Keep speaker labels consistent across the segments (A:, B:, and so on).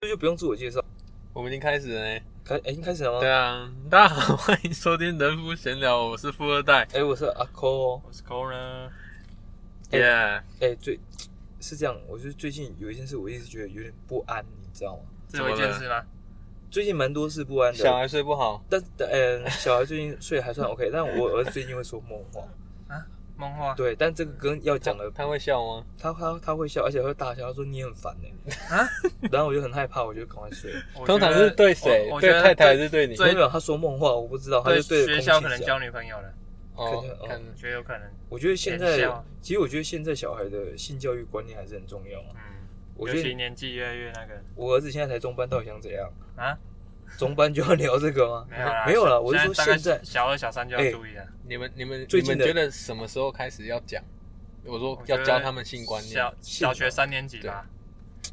A: 这就不用自我介绍，
B: 我们已经开始了呢。
A: 开哎、已经开始了吗？
B: 对啊，大家好，欢迎收听《人夫闲聊》，我是富二代，
A: 哎、我是阿 c 哦。
B: 我是 Corner。
A: 哎
B: Yeah，
A: 哎、最是这样，我就是最近有一件事，我一直觉得有点不安，你知道吗？
C: 最后一件事吗？
A: 最近蛮多事不安
B: 哎小
A: 的，
B: 孩睡不好，
A: 但但嗯、小孩最近睡得还算 OK，但我儿子最近会说梦话，
C: 梦话
A: 对，但这个跟要讲的，
B: 他会笑吗？
A: 他他他会笑，而且会大笑，他说你很烦呢、
C: 啊？
A: 然后我就很害怕，我就赶快睡。
C: 我
B: 通常
C: 觉得
B: 是对谁
C: 我？我觉
B: 对
C: 得
B: 太太还是对你？
C: 最
A: 没有没有，他说梦话，我不知道，他
C: 对
A: 就对着
C: 学
A: 空
C: 校
A: 气
C: 可能
A: 讲
C: 交女朋友了，
B: 哦
A: 肯定，
B: 看
C: 我觉得有可能。
A: 我觉得现在
C: 很像，
A: 其实我觉得现在小孩的性教育观念还是很重要啊。
C: 嗯，
A: 我
C: 尤
A: 觉
C: 其
A: 得
C: 年纪越来越那个
A: 我儿子现在才中班，到底想怎样？
C: 啊，
A: 中班就要聊这个吗？
C: 没有啦，
A: 没有啦我是说
C: 大概
A: 现在
C: 小二小三就
A: 哎
C: 要注意了。
B: 你们你们
A: 最
B: 你
A: 近
B: 们
A: 的
B: 觉得什么时候开始要讲？我说
C: 我觉
B: 要
C: 得
B: 教他们性观念
C: 小。小学三年级吧。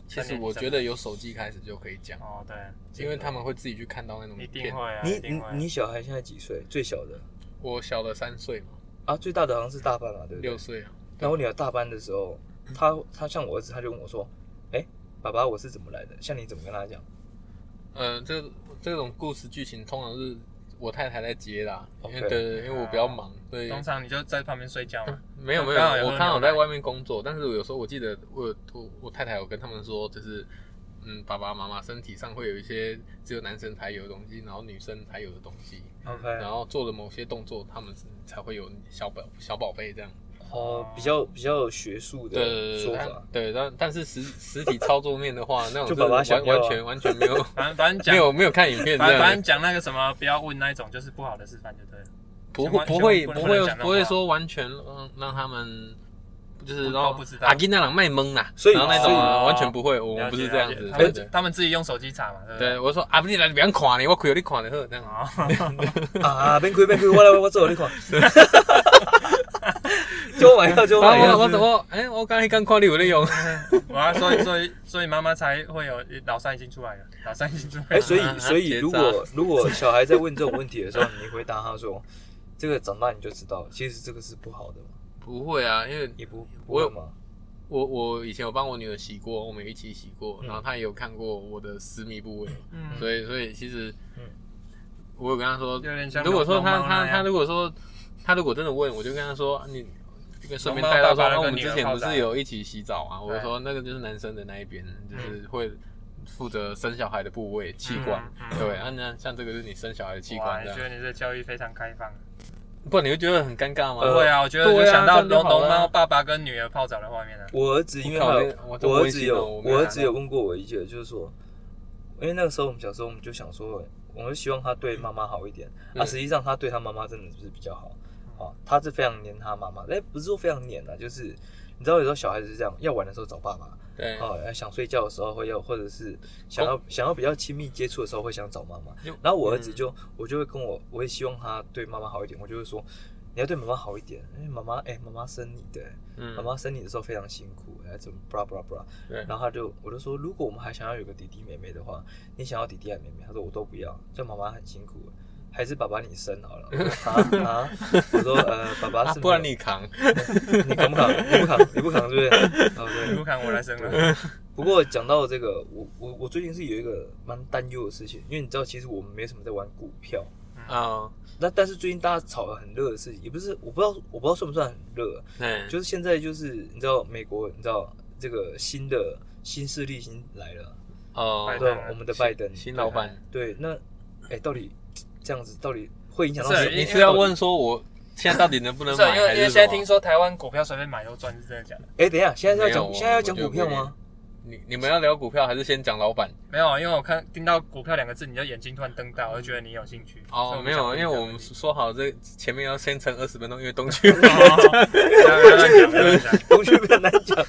B: 其实
C: 三年
B: 我
C: 级
B: 觉得由手机开始就可以讲，
C: 哦，对，
B: 因为他们会自己去看到那种
C: 一
B: 影
C: 定
B: 片。
C: 会啊，
A: 你
C: 一定
A: 你
C: 会。
A: 你小孩现在几岁？最小的
B: 我小了三岁嘛，
A: 啊，最大的好像是大班嘛，对不对
B: 六？岁啊。
A: 然后你儿大班的时候，他他像我儿子，他就问我说：“哎、爸爸，我是怎么来的？”像你怎么跟他讲？
B: 嗯，这这种故事剧情通常是我太太在接啦，因
A: OK
B: 为对，因为我比较忙，所以
C: 通常你就在旁边睡觉嘛。
B: 没有没有，
C: 刚好有
B: 我
C: 喝
B: 刚好
C: 牛奶
B: 在外面工作，但是我有时候我记得我有我我太太有跟他们说，就是嗯，爸爸妈妈身体上会有一些只有男生才有的东西，然后女生才有的东西，
A: OK
B: 然后做了某些动作，他们才会有小宝小宝贝这样。
A: 哦，比较比较有学术
B: 对
A: 的
B: 对
A: 说
B: 对
A: 法
B: 但，对，但但是实实体操作面的话，那种
A: 就是爸爸想
B: 完
A: 要啊
B: 完全完全没有
C: 反正反正
B: 没有
C: 讲，
B: 没有看影片这
C: 反正反正
B: 样，
C: 讲那个什么，不要问那一种就是不好的示范就对了。
B: 不
C: 千
B: 会
C: 万
B: 不会不
C: 千万不能
B: 会
C: 讲那种
B: 不会
C: 话
B: 说完全让让他们。就是
C: 不
B: 然后
C: 都不知道
B: 阿金那朗卖懵啦，
A: 所以
B: 然后那种啊
C: 所以
B: 完全不会，我们
C: 了解
B: 不是这样子
C: 了解。他
B: 对对
C: 们他们自己用手机查嘛，对不
B: 对，
C: 对？
B: 我说啊，不你来，你不要看你，我亏有你看的呵，这样。
C: 哦，
A: 啊，别亏别亏，我来我我走，你看，就玩笑就
B: 然
A: 玩
B: 后
A: 笑，
B: 我我我，哎，我刚才刚看你有在用，
C: 我要所以所以所以妈妈才会有老三已经出来了，老三已经出来
A: 哎、
C: 了。
A: 所
B: 啊
A: 以所以
B: 结扎
A: 如果如果小孩在问这种问题的时候，你回答他说：“这个长大你就知道，其实这个是不好的嘛，哦
B: 不会啊，因为
A: 也不不
B: 我
A: 会
B: 有
A: 嘛。
B: 我我以前有帮我女儿洗过，我们一起洗过，
A: 嗯
B: 然后她也有看过我的私密部位，
C: 嗯
B: 所以所以其实
A: 嗯
B: 我有跟她说
C: 有，点像
B: 如果说她
C: 龙猫那
B: 她
C: 样
B: 她如果说她如果真的问，我就跟她说啊你。这个顺便
C: 龙猫
B: 带到说，
C: 爸
B: 啊
C: 爸那
B: 我
C: 个
B: 们
C: 女
B: 之
C: 儿
B: 前不
C: 泡
B: 是
C: 澡
B: 有一起洗澡啊？我
C: 对
B: 说那个就是男生的那一边，就是会负责生小孩的部位器官，
C: 嗯嗯
B: 对。啊，那像这个是你生小孩的器
C: 哇
B: 官，这样
C: 你觉。得你这教育非常开放？
B: 不，你会觉得很尴尬吗？
A: 呃
C: 不会啊，我觉得
B: 对啊
C: 我想到
B: 这样
C: 龙
B: 就好了
C: 龙猫爸爸跟女儿泡澡的画面啊”。
A: 我儿子因为
B: 我靠
A: 他
B: 那
A: 有
B: 个我
A: 我
B: 真
A: 儿
B: 温
A: 子
B: 馨
A: 有
B: 哦我没
A: 我儿
B: 想
A: 子
B: 到
A: 有问过我一句，就是说，因为那个时候我们小时候我们就想说，我们希望他对妈妈好一点，
B: 嗯
A: 啊，实际上他对他妈妈真的是比较好，啊，他是非常黏他妈妈，哎，不是说非常黏啊，就是你知道有时候小孩子是这样，要玩的时候找爸爸，
B: 对，
A: 哦，呃想睡觉的时候会要，或者是想要、想要比较亲密接触的时候会想找妈妈
B: 哦就。嗯
A: 然后我儿子就、我就会跟我，我也希望他对妈妈好一点，我就会说你要对妈妈好一点，因为妈妈哎，妈妈生你的，
B: 嗯
A: 妈妈生你的时候非常辛苦，哎，怎么 blah blah blah。
B: 对，啊
A: 然后他就我就说，如果我们还想要有个弟弟妹妹的话，你想要弟弟还是妹妹？他说我都不要，叫妈妈很辛苦。还是爸爸你生好了，我说啊啊！我说呃，爸爸
B: 啊，
A: 是没有、
B: 不然你扛，
A: 你扛不扛？你不扛，你不扛对不对？好对
C: 你不看我来 生了，
A: 不过讲到这个，我我我最近是有一个蛮担忧的事情，因为你知道，其实我们没什么在玩股票，
B: 啊，
A: 那但是最近大家炒得很热的事情，也不是我不知道我不知道算不算很热，啊
B: 对，
A: 就是现在就是你知道美国，你知道这个新的新势力已经来了，
B: 哦
C: 拜，登
A: 对
C: 啊，
A: 我们的拜登
B: 新老板，
A: 嗯对，啊那哎到底这样子到底会影响到
C: 是
A: 谁？
C: 因为
B: 你是要问说我现在到底能不能
C: 是啊
B: 买？
C: 因为
B: 还
C: 因为
B: 是
C: 现在
B: 什
C: 听
B: 么？
C: 说台湾股票随便买都赚，是真的假的？
A: 哎等一下，现在是要
B: 没有
A: 讲现在要讲
B: 我觉得
A: 股票吗？
B: 你你们要聊股票还是先讲老板？
C: 没有，啊因为我看听到股票两个字，你就眼睛突然瞪大，我就觉得你有兴趣。所以
B: 哦，
C: 就
B: 没
C: 想
B: 有，
C: 问你
B: 因为
C: 这个
B: 我
C: 问
B: 们
C: 题
B: 说好这前面要先撑二十分钟，因为东区
C: 哦不 要不要乱讲不要乱讲，
A: 同学不要难讲，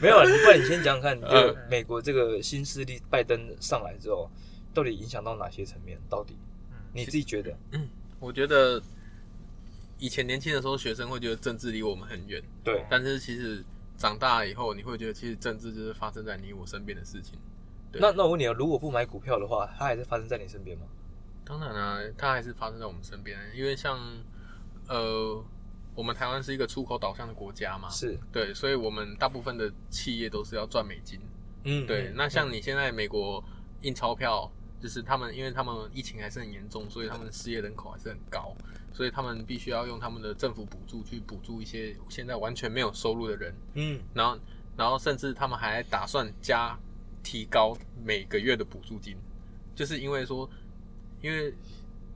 A: 没有啊，你不然你先讲讲看，你觉得
B: 嗯
A: 美国这个新势力拜登上来之后，到底影响到哪些层面？到底
C: 嗯
A: 你自己觉得？
B: 我觉得以前年轻的时候，学生会觉得政治离我们很远，
A: 对，
B: 但是其实长大以后，你会觉得其实政治就是发生在你我身边的事情。对
A: 那那我问你啊，如果不买股票的话，它还是发生在你身边吗？
B: 当然啊，它还是发生在我们身边，因为像呃，我们台湾是一个出口导向的国家嘛，
A: 是，
B: 对，所以我们大部分的企业都是要赚美金。
A: 嗯
B: 对，那像你现在美国印钞票，就是他们因为他们疫情还是很严重，所以他们失业人口还是很高，所以他们必须要用他们的政府补助去补助一些现在完全没有收入的人，
A: 嗯，
B: 然后然后甚至他们还打算加提高每个月的补助金，就是因为说，因为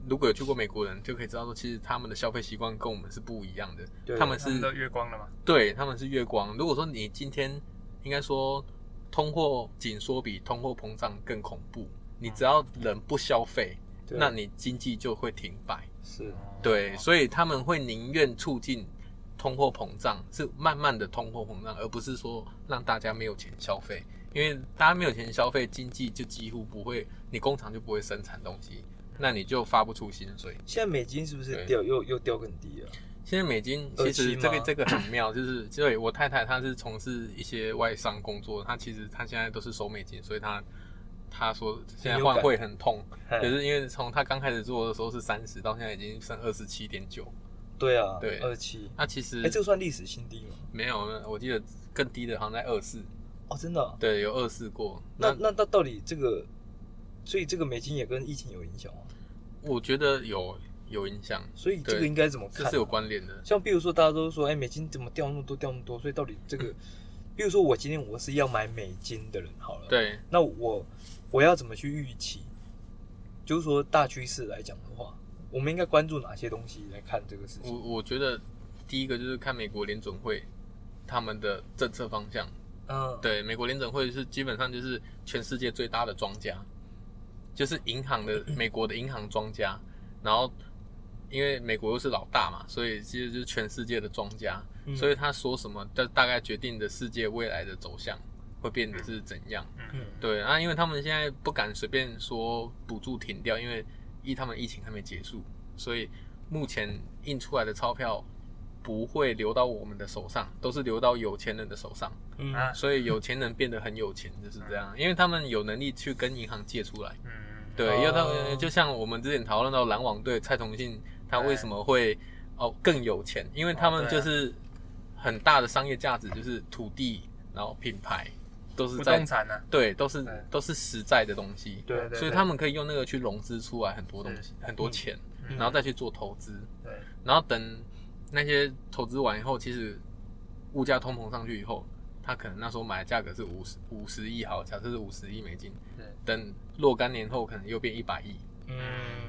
B: 如果有去过美国人就可以知道说，其实他们的消费习惯跟我们是不一样的，
A: 对
B: 他们
C: 他们
B: 是
C: 都月光了嘛？
B: 对，他们是月光。如果说你今天应该说通货紧缩比通货膨胀更恐怖，你只要人不消费，
A: 对
B: 那你经济就会停摆。
A: 是
B: 对，
C: 哦
B: 所以他们会宁愿促进通货膨胀，是慢慢的通货膨胀，而不是说让大家没有钱消费。因为大家没有钱消费，经济就几乎不会，你工厂就不会生产东西，那你就发不出薪水。
A: 现在美金是不是
B: 对
A: 掉又又掉更低了？
B: 现在美金
A: 二
B: 其
A: 七
B: 实呃这个
A: 吗
B: 这个很妙，就是对我太太她是从事一些外商工作，她其实她现在都是收美金，所以她她说现在
A: 很有
B: 换
A: 感
B: 汇很痛，
A: 嗨
B: 可是因为从她刚开始做的时候是三十，到现在已经剩二十七点九。
A: 对啊，
B: 对
A: 二七，
B: 那其实
A: 哎，这个算历史新低吗？
B: 没有，我记得更低的好像在二四，
A: 哦，真的哦。
B: 对，有二四过。
A: 那那那到底这个，所以这个美金也跟疫情有影响吗？
B: 我觉得有有影响，
A: 所以这个
B: 对
A: 应该怎么
B: 这
A: 看？
B: 是有关联的。
A: 像比如说大家都说，哎，美金怎么掉那么多，掉那么多？所以到底这 个，比如说我今天我是要买美金的人好了，，
B: 对，
A: 那我我要怎么去预期？就是说大趋势来讲的话，我们应该关注哪些东西来看这个事
B: 我
A: 情？
B: 我觉得第一个就是看美国联准会他们的政策方向。
A: 嗯，，
B: 对，美国联准会是基本上就是全世界最大的庄家，就是银行的美国的银行庄家。然后，因为美国又是老大嘛，所以其实就是全世界的庄家。
A: 嗯
B: 所以他说什么，大大概决定的世界未来的走向会变得是怎样。
C: 嗯
A: 嗯，
B: 对啊，因为他们现在不敢随便说补助停掉，因为一他们疫情还没结束，所以目前印出来的钞票不会流到我们的手上，都是流到有钱人的手上。
A: 嗯
C: 啊
B: 所以有钱人变得很有钱就是这样，因为他们有能力去跟银行借出来。
C: 嗯，
B: 对，
A: 哦
B: 因为他们就像我们之前讨论到篮网队蔡崇信，他为什么会哦更有钱？因为他们
C: 哦对
B: 就
C: 啊
B: 是很大的商业价值，就是土地，然后品牌都是
C: 不
B: 在
C: 动产啊呢？
B: 对，都是
C: 对
B: 都是实在的东西，
A: 对
C: 对对
B: 所以他们可以用那个去融资出来很多东西，很多钱，
C: 嗯
B: 然后再去做投资。
C: 对，
B: 然后等那些投资完以后，其实物价通膨上去以后，他可能那时候买的价格是五十五十亿好，假设是五十亿美金
C: 对，
B: 等若干年后可能又变一百亿。
A: 嗯，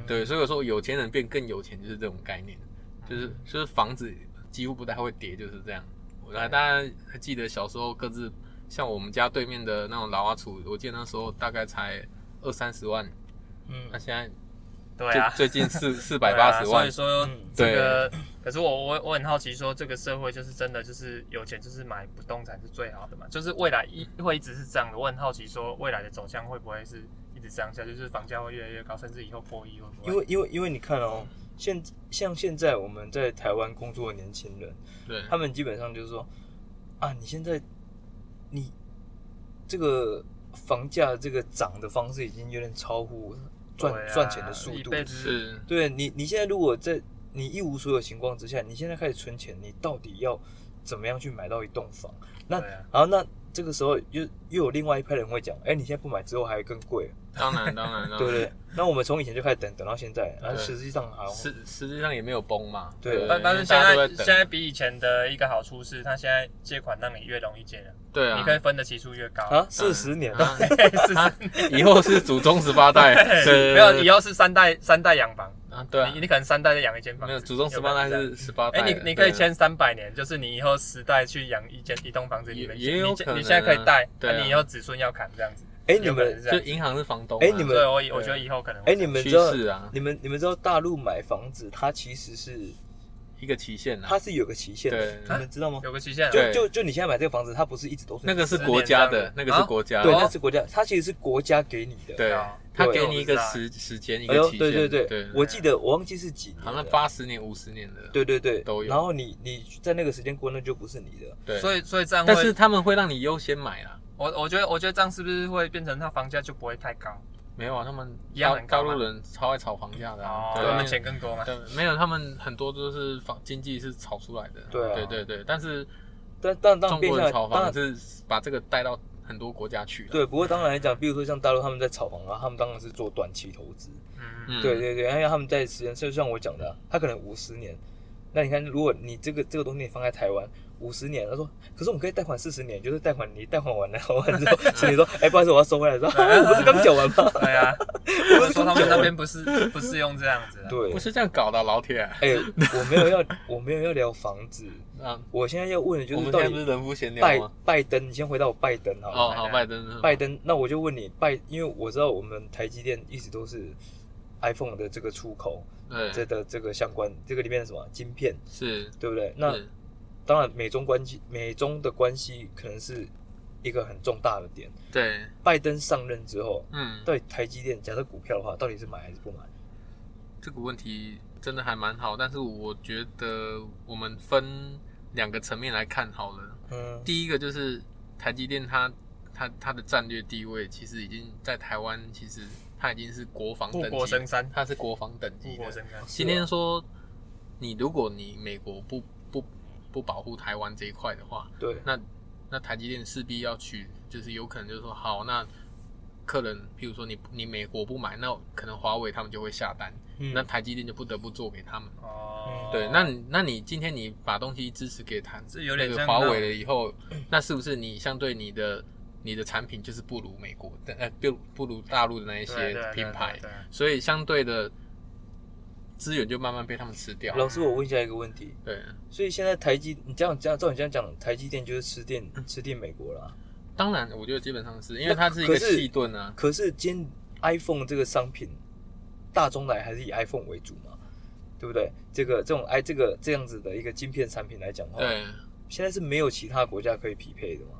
B: 对，所以说有钱人变更有钱就是这种概念，
C: 嗯
B: 就是就是房子几乎不太会跌，就是这样。我来大家还记得小时候各自像我们家对面的那种老阿楚，我记得那时候大概才二三十万，
A: 嗯
B: 那现在
C: 对
B: 最、
C: 啊，
B: 最近四四百八十
C: 对啊所
B: 万
C: 以，说
A: 嗯
C: 这个，可是我我我很好奇，说这个社会就是真的就是有钱就是买不动产是最好的嘛？就是未来一会一直是这样的。我很好奇，说未来的走向会不会是一直这样下去，就是房价会越来越高，甚至以后破亿会不会？
A: 因为因为因为你看哦，现像现在我们在台湾工作的年轻人，
C: 嗯
B: 对
A: 他们基本上就是说，啊，你现在你这个房价这个涨的方式已经有点超乎赚
C: 对啊
A: 赚钱的速
C: 一
A: 度。
C: 辈子
B: 是
A: 对你，你现在如果在你一无所有的情况之下，你现在开始存钱，你到底要怎么样去买到一栋房？那
C: 对啊
A: 然后那这个时候又又有另外一派人会讲，哎，你现在不买之后还会更贵，
B: 当然当然，当
A: 对不
B: 然
A: 对？那我们从以前就开始等，等到现在，然后
B: 对
A: 实际上好像
B: 实实际上也没有崩嘛。
A: 对
B: 不
C: 但但是
B: 因为
C: 现
B: 大家都
C: 在
B: 在等
C: 现在比以前的一个好处是，它现在借款让你越容易借了，
B: 对啊，
C: 你可以分的期数越高。
A: 啊，四十年了，
B: 啊
C: 是
B: 啊以后是祖宗十八 代，对对
C: 没有，
B: 对
C: 以后是三代三代养房，
B: 啊，对啊
C: 你，你可能三代养一间房
B: 没有
C: 子，
B: 祖宗十
C: 有可
B: 八
C: 能
B: 代
C: 这样
B: 是十八代
C: 哎、
B: 的，
C: 你你可
B: 对
C: 以
B: 啊
C: 签三百年，就是你以后十代去养一间一栋房子，
B: 也
C: 你们
B: 也
C: 你
B: 有
C: 现
B: 可能
C: 你现在可以贷，
B: 对啊
C: 那你以后子孙要扛这样子。
A: 哎，你
C: 有可能
A: 们
C: 是这
B: 就
C: 样子，
B: 银行是房东啊，
A: 哎你们
C: 所以我以
B: 对
C: 我觉得以后可能会
A: 哎，
C: 这
A: 你
C: 样
A: 们
B: 趋
A: 知道
B: 势啊，
A: 你们你们知道大陆买房子，它其实是
B: 一个期限啊
A: 它，是有个期限的，
B: 对
A: 你们知道吗？
C: 有个期限啊，
B: 对
A: 就就就你现在买这个房子，它不是一直都是
B: 那个是国家的
C: 十年，这
B: 那
C: 样
B: 个是国家
A: 对，
B: 的，
A: 那是国家，它其实是国家给你的。
B: 对
C: 哦，
B: 他
A: 对
B: 给
C: 我
B: 你一
C: 知
B: 个
C: 道
B: 时时间一
A: 哎
B: 个
A: 呦，
B: 期
A: 对
B: 限，
A: 对
B: 对，
A: 我记得我忘记是几年
B: 好
A: 了，
B: 像八十年、五十年的，
A: 对对对
B: 都，有
A: 然后你你在那个时间过，那就不是你的。
B: 对，
C: 所以所以这样会，
B: 但是他们会让你优先买啊啦，
C: 我我觉得我觉得这样是不是会变成它房价就不会太高？
B: 没有啊，他们
C: 一样
B: 大
C: 很
B: 大
C: 高吗
B: 陆人超爱炒房价的啊，
C: 哦，
B: 对
C: 他
B: 啊
C: 们钱更多嘛？
B: 对，没有，他们很多都是房经济是炒出来的。
A: 对啊
B: 对对对但是
A: 但但当然
B: 中
A: 变
B: 国
A: 相来
B: 人炒
A: 当
B: 房
A: 然
B: 是把这个带到很多国家去了。啊
A: 对，不过当然来讲，比如说像大陆他们在炒房啊，他们当然是做短期投资。
C: 嗯
B: 嗯
A: 对对对，因为他们在时间，就像我讲的啊、他可能五十年。那你看，如果你这个这个东西你放在台湾五十年，他说，可是我们可以贷款四十年，就是贷款你贷款完了，完之后，所以你说，哎、不好意思，我要收回来，说、 啊、我不是刚缴完吗？
C: 对啊，
A: 我
C: 他
A: 不
C: 们
A: 是
C: 说
A: 刚
C: 他们
A: 缴
C: 那
A: 完。
C: 边不是不适用这样子 啊。
A: 对
B: 不，是这样搞的，老铁。
A: 哎、我没有要，我没有要聊房子，
B: 啊，
A: 我现在要问的就
B: 我
A: 是
B: 们
A: 到
B: 现在不
A: 底
B: 是人夫闲
A: 拜
B: 聊吗？
A: 拜登，你先回到我拜登好了。
B: 哦，好，拜登，
A: 拜登，那我就问你，拜，因为我知道我们台积电一直都是 iPhone 的这个出口，这
B: 对，
A: 的这个相关，这个里面的什么晶片，
B: 是，
A: 对不对？那
B: 是
A: 当然，美中关系，美中的关系可能是一个很重大的点。
B: 对，
A: 拜登上任之后，
B: 嗯，
A: 到底台积电，假设股票的话，到底是买还是不买？
B: 这个问题真的还蛮好，但是我觉得我们分两个层面来看好了。
A: 嗯，
B: 第一个就是台积电它，它它的战略地位其实已经在台湾，其实它已经是国防
C: 护
B: 等
C: 国
B: 级
C: 神，山，
B: 它是国防等
C: 护
B: 级
C: 国
B: 的。
C: 神山。
B: 今天说，你如果你美国不不不保护台湾这一块的话，
A: 对，
B: 那那台积电势必要去，就是有可能就是说，好，那客人，譬如说你你美国不买，那可能华为他们就会下单，
A: 嗯
B: 那台积电就不得不做给他们。
C: 哦，
B: 对，那你那你今天你把东西支持给他，
C: 这有点
B: 那
C: 像
B: 个
C: 那
B: 华
C: 种
B: 为了以后，那是不是你相对你的你的产品就是不如美国的呃不如不如大陆的那一
C: 一
B: 些品牌，
C: 对
B: 所以相对的资源就慢慢被他们吃掉。
A: 老师，我问一下一个问题，
B: 对，
A: 所以现在台积，你这样这样照你这样讲，台积电就是吃定吃定美国啦。
B: 当然我觉得基本上是因为它是一
A: 可
B: 个
A: 是
B: 细盾啊，
A: 可是今天 iPhone 这个商品，大中来还是以 iPhone 为主嘛，对不对？这个这种 i 这个这样子的一个晶片产品来讲的话，
B: 对，
A: 现在是没有其他国家可以匹配的嘛，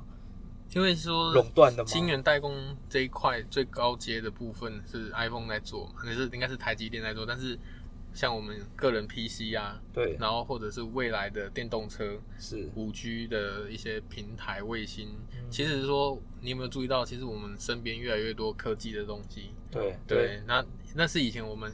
B: 因为说
A: 垄断的嘛。
B: 嗯晶圆代工这一块最高阶的部分是 iPhone 在做嘛，那是应该是台积电在做，但是像我们个人 PC 啊，
A: 对，
B: 然后或者是未来的电动车、
A: 是
B: 五 G 的一些平台卫星，
A: 嗯
B: 其实说你有没有注意到，其实我们身边越来越多科技的东西。
A: 对
B: 对，那那是以前我们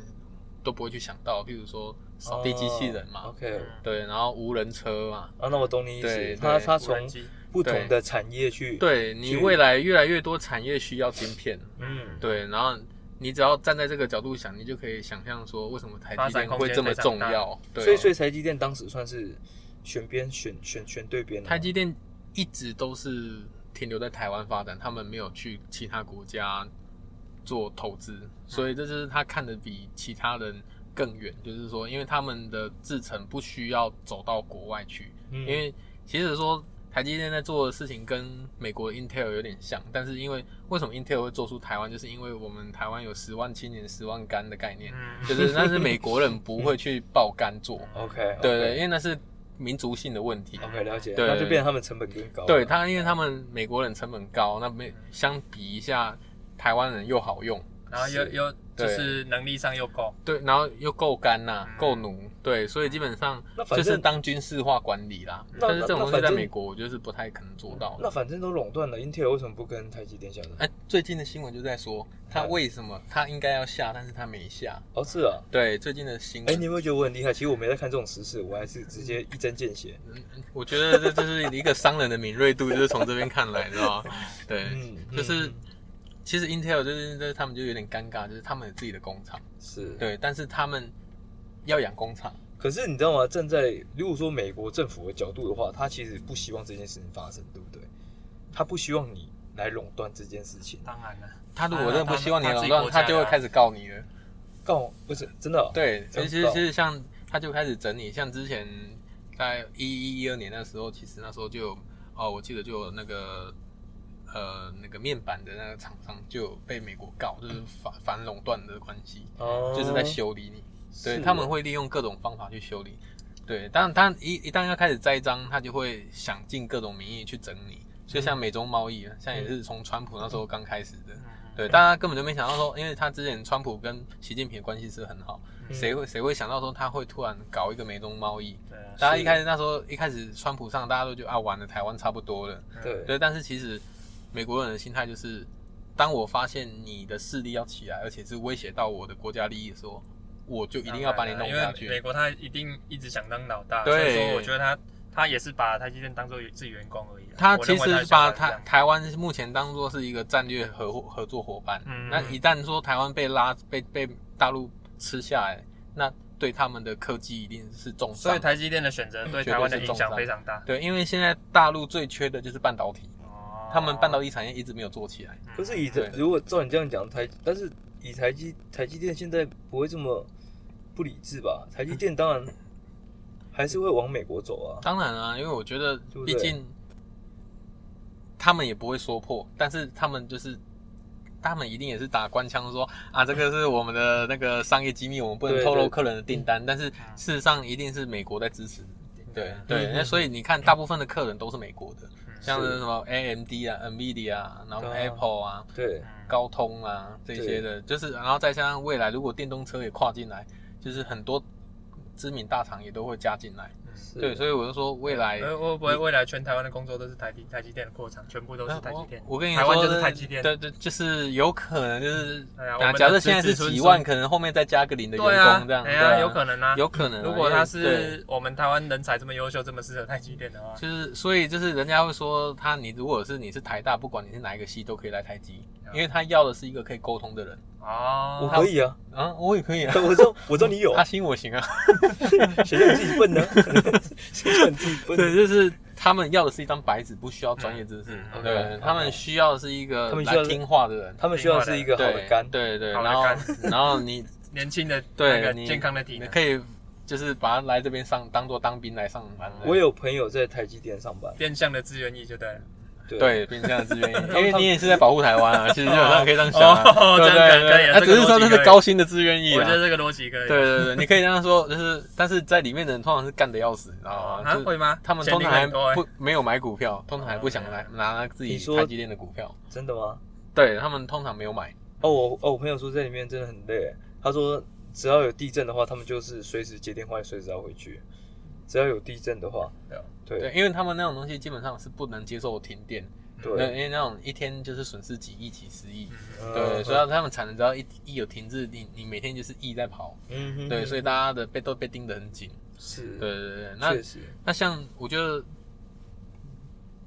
B: 都不会去想到，譬如说扫地机器人嘛，
A: 哦 OK，
C: 嗯
B: 对，然后无人车嘛，
A: 啊，那我懂你意思
B: 对。
A: 他
B: 对
A: 他
C: 无人
A: 从
C: 机
A: 不同的产业去，，
B: 对你
A: 去
B: 未来越来越多产业需要晶片，
A: 嗯，
B: 对，然后你只要站在这个角度想，你就可以想象说为什么台积电会这么重要。对，
A: 所以所以台积电当时算是选边选选选对边了嘛。啊
B: 台积电一直都是停留在台湾发展，他们没有去其他国家做投
A: 嗯
B: 资，所以这就是他看的比其他人更远，就是说，因为他们的制程不需要走到国外去，
A: 嗯，
B: 因为其实说台积电在做的事情跟美国的 Intel 有点像，但是因为为什么 Intel 会做出台湾，就是因为我们台湾有十万青年十万干的概念，
C: 嗯，
B: 就是但是美国人不会去爆肝 做，
A: OK，
B: 对对，因为那是民族性的问题。
A: OK 了解，
B: 对
A: 那就变成他们成本更高了。
B: 对他，因为他们美国人成本高，那没相比一下，台湾人又好用，
C: 然后又又就
B: 对
C: 是能力上又够，
B: 对，然后又够干呐、
C: 嗯
B: 够奴，对，所以基本上
A: 那反
B: 就
A: 正
B: 是当军事化管理啦。
A: 那
B: 但是这种
A: 那
B: 东
A: 反
B: 西在
A: 正
B: 美国，我觉得是不太可能做到的
A: 那。反正都垄断了，Intel 为什么不跟台积电下单？
B: 哎、最近的新闻就在说，
A: 嗯
B: 他为什么他应该要下，但是他没下。
A: 哦，是啊。
B: 对，最近的新
A: 哎，
B: 闻，
A: 你有没有觉得我很厉害？其实我没在看这种时事，我还是直接一针见血。
B: 嗯嗯我觉得这就是一个商人的敏锐度，就是从这边看来，知 道吗？对，
A: 嗯，
B: 就是
A: 嗯
B: 其实 Intel 就是就是他们就有点尴尬，就是他们有自己的工厂，
A: 是。
B: 对，但是他们要养工厂，
A: 可是你知道吗？站在如果说美国政府的角度的话，他其实不希望这件事情发生，对不对？他不希望你来垄断这件事情。
C: 当然了，
B: 他如果真的不希望你
C: 哎他
B: 垄
C: 他自己国
B: 断，
C: 家
B: 他
C: 的啊哦
B: 就会开始告你了。
A: 告不是真的哦、
B: 对，所以
A: 真
B: 其实
A: 的
B: 其实像他就开始整理，像之前在一一一二年那时候，其实那时候就有哦，我记得就有那个呃那个面板的那个厂商就有被美国告，就是反反垄断的关系，
A: 哦，
B: 就是在修理你。对，
A: 是
B: 他
C: 哦
B: 们会利用各种方法去修理。对，当然，当然一一旦要开始栽赃，他就会想尽各种名义去整你。就
C: 嗯
B: 像美中贸易，啊像也是从川普那时候刚开始的。对，大家根本就没想到说，因为他之前川普跟习近平的关系是很好，
A: 嗯
B: 谁会谁会想到说他会突然搞一个美中贸易？
C: 对啊
B: 大家一开始那时候一开始川普上，大家都觉得啊，完了，台湾差不多了。
C: 嗯
A: 对
B: 对，但是其实美国人的心态就是，当我发现你的势力要起来，而且是威胁到我的国家利益的时候，我就一定要把你弄
C: 因
B: 下
C: 为美
B: 去。
C: 国他一定一直想当老大，
B: 对
C: 所以说我觉得他他也是把台积电当做自己员工而已啦。啊
B: 他
C: 我
B: 其
C: 认为
B: 实
C: 的想
B: 把
C: 法是这
B: 台
C: 样
B: 台湾目前当做是一个战略合伙合作伙伴。
C: 嗯
B: 那一旦说台湾被拉被被大陆吃下来，那对他们的科技一定是重伤。
C: 所以台积电的选择对台湾的影响非常大。
B: 对，因为现在大陆最缺的就是半导体，
C: 哦嗯
B: 他们半导体产业一直没有做起来。
A: 可是以台
B: 对
A: 如果照你这样讲台，但是以台积台积电现在不会这么不理智吧？台积电当然还是会往美国走 啊。
B: 当然啊，因为我觉得
A: 对不
B: 毕
A: 对
B: 竟他们也不会说破，但是他们就是。他们一定也是打官腔说啊，这个是我们的那个商业机密，我们不能
A: 对
B: 透露
A: 对
B: 客人的订
C: 嗯
B: 单。但是事实上，一定是美国在支持。对对，
A: 嗯
B: 那所以你看，大部分的客人都是美国的，
C: 嗯
B: 像是什么 AMD 啊、NVIDIA 啊，然后
A: 对啊
B: Apple 啊，
A: 对，
C: 嗯
B: 高通啊这些的，就是然后再加上未来如果电动车也跨进来，就是很多知名大厂也都会加进来。
A: 是
B: 对，所以我就说未来，
C: 嗯呃会不会未来全台湾的工作都是台积台积电的扩厂，全部都是台积
B: 我
C: 电？
B: 呃我跟你说，
C: 台湾就是台积电。
B: 对对，就是有可能就是，
C: 哎呀
B: 啊假设现在是几万，，可能后面再加个零的员
C: 对啊
B: 工这样，
C: 哎
B: 对
C: 呀，
B: 啊
C: 有可能啊。
B: 有可能啊。
C: 如果
B: 因
C: 他
B: 为对
C: 是我们台湾人才这么优秀，这么适合台积电的话，
B: 就是，所以就是人家会说他，你如果是你是台大，不管你是哪一个系，都可以来台积，
C: 嗯
B: 因为他要的是一个可以沟通的人。
A: 我
C: 哦，
A: 可以啊，
B: 啊，我也可以啊，
A: 我知道我知道你有
B: 他，信我行啊。
A: 谁叫你自己笨呢？ 谁叫你自己笨？
B: 对，就是他们要的是一张白纸，不需要专业知识
C: 嗯。嗯
B: 对
A: OK，
B: 他们需要的是一个
A: 他们需要是
B: 来听话的人。
A: 他们需要是一个好的
B: 对
A: 肝，
B: 对对，
C: 好的
B: 然后
C: 肝啊
B: 然后你
C: 年轻的那
B: 对
C: 个
B: 你
C: 健康的体
B: 你
C: 能，
B: 可以就是把他来这边上当做当兵来上班。
A: 我有朋友在台积电上班，
C: 变相的志愿役就对了。
A: 对，
B: 对，变成这样的志愿 役，
A: 他
B: 因为
A: 他
B: 你也是在保护台湾啊，其实基本上可以这样想啊，
C: 哦
B: 对不
C: 这样
B: 对
C: 可以
B: 对？
C: 啊
B: 他
C: 这
B: 只
C: 个
B: 是说
C: 逻辑
B: 那是
C: 可以
B: 高薪的志愿役
C: 我
B: 啊
C: 觉。得这个逻辑可以。
B: 对对对，你可以这样说，就是但是在里面的人通常是干的要死，你知道
C: 哦，
B: 吗？
C: 啊
B: 就，是
C: 会吗？
B: 他们
C: 潜
B: 通
C: 力
B: 常还
C: 很多欸
B: 不没有买股票，通常还不想
C: 哦
B: 拿
C: 对
B: 拿自己
A: 你说
B: 台积电的股票。
A: 真的吗？
B: 对他们通常没有买，
A: 哦，我哦，我朋友说在里面真的很累，他说只要有地震的话，他们就是随时接电话，随时要回去。只要有地震的话
C: 对啊，
A: 对
B: 对，因为他们那种东西基本上是不能接受停电，对，因
A: 对，
B: 为那种一天就是损失几亿、几十亿，
C: 嗯
B: 对，
A: 嗯
B: 所以他们产能只要一一有停滞，你你每天就是亿在跑，
A: 嗯哼，
B: 对，所以大家的被都被盯得很紧，
A: 是，
B: 对对对对。那
A: 确实，
B: 那像我觉得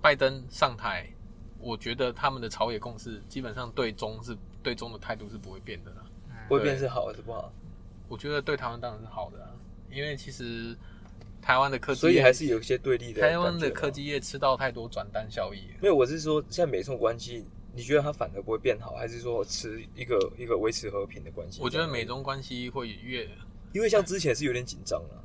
B: 拜登上台，我觉得他们的朝野共识基本上对中是对中的态度是不会变的啦。
A: 不
C: 嗯
A: 会变是好还是不好，
B: 我觉得对台湾当然是好的、啊，因为其实台湾的科技
A: 所以
B: 业
A: 还是有一些对立的感觉
B: 台
A: 嘛。
B: 湾的科技业吃到太多转单效益了。
A: 没有，我是说现在美中关系，你觉得它反而不会变好，还是说持一个一个维持和平的关系？
B: 我觉得美，中关系会越，
A: 因为像之前是有点紧张了，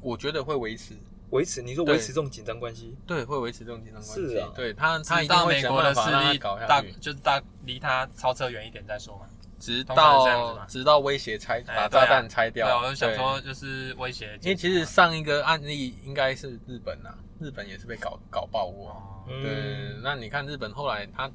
B: 我觉得会维持，
A: 维持你说
B: 对
A: 维持这种紧张关系，
B: 对，会维持这种紧张关系。
A: 是啊
B: 对他，他
C: 直
B: 一定
C: 到
B: 会
C: 美
B: 想
C: 国的
B: 办法
C: 势
B: 让它
C: 力
B: 搞
C: 大
B: 下去，，
C: 就是大离他超车远一点再说嘛。
B: 直
C: 通常是这样子
B: 到
C: 嘛
B: 直到威胁拆，把
C: 哎对啊
B: 炸弹拆
C: 对
B: 掉。
C: 啊，我就想
B: 对
C: 说，就是威胁。
B: 因为其实上一个案例应该是日本啊，日本也是被搞搞爆过。啊
C: 哦
A: 嗯
B: 对，那你看日本后来他，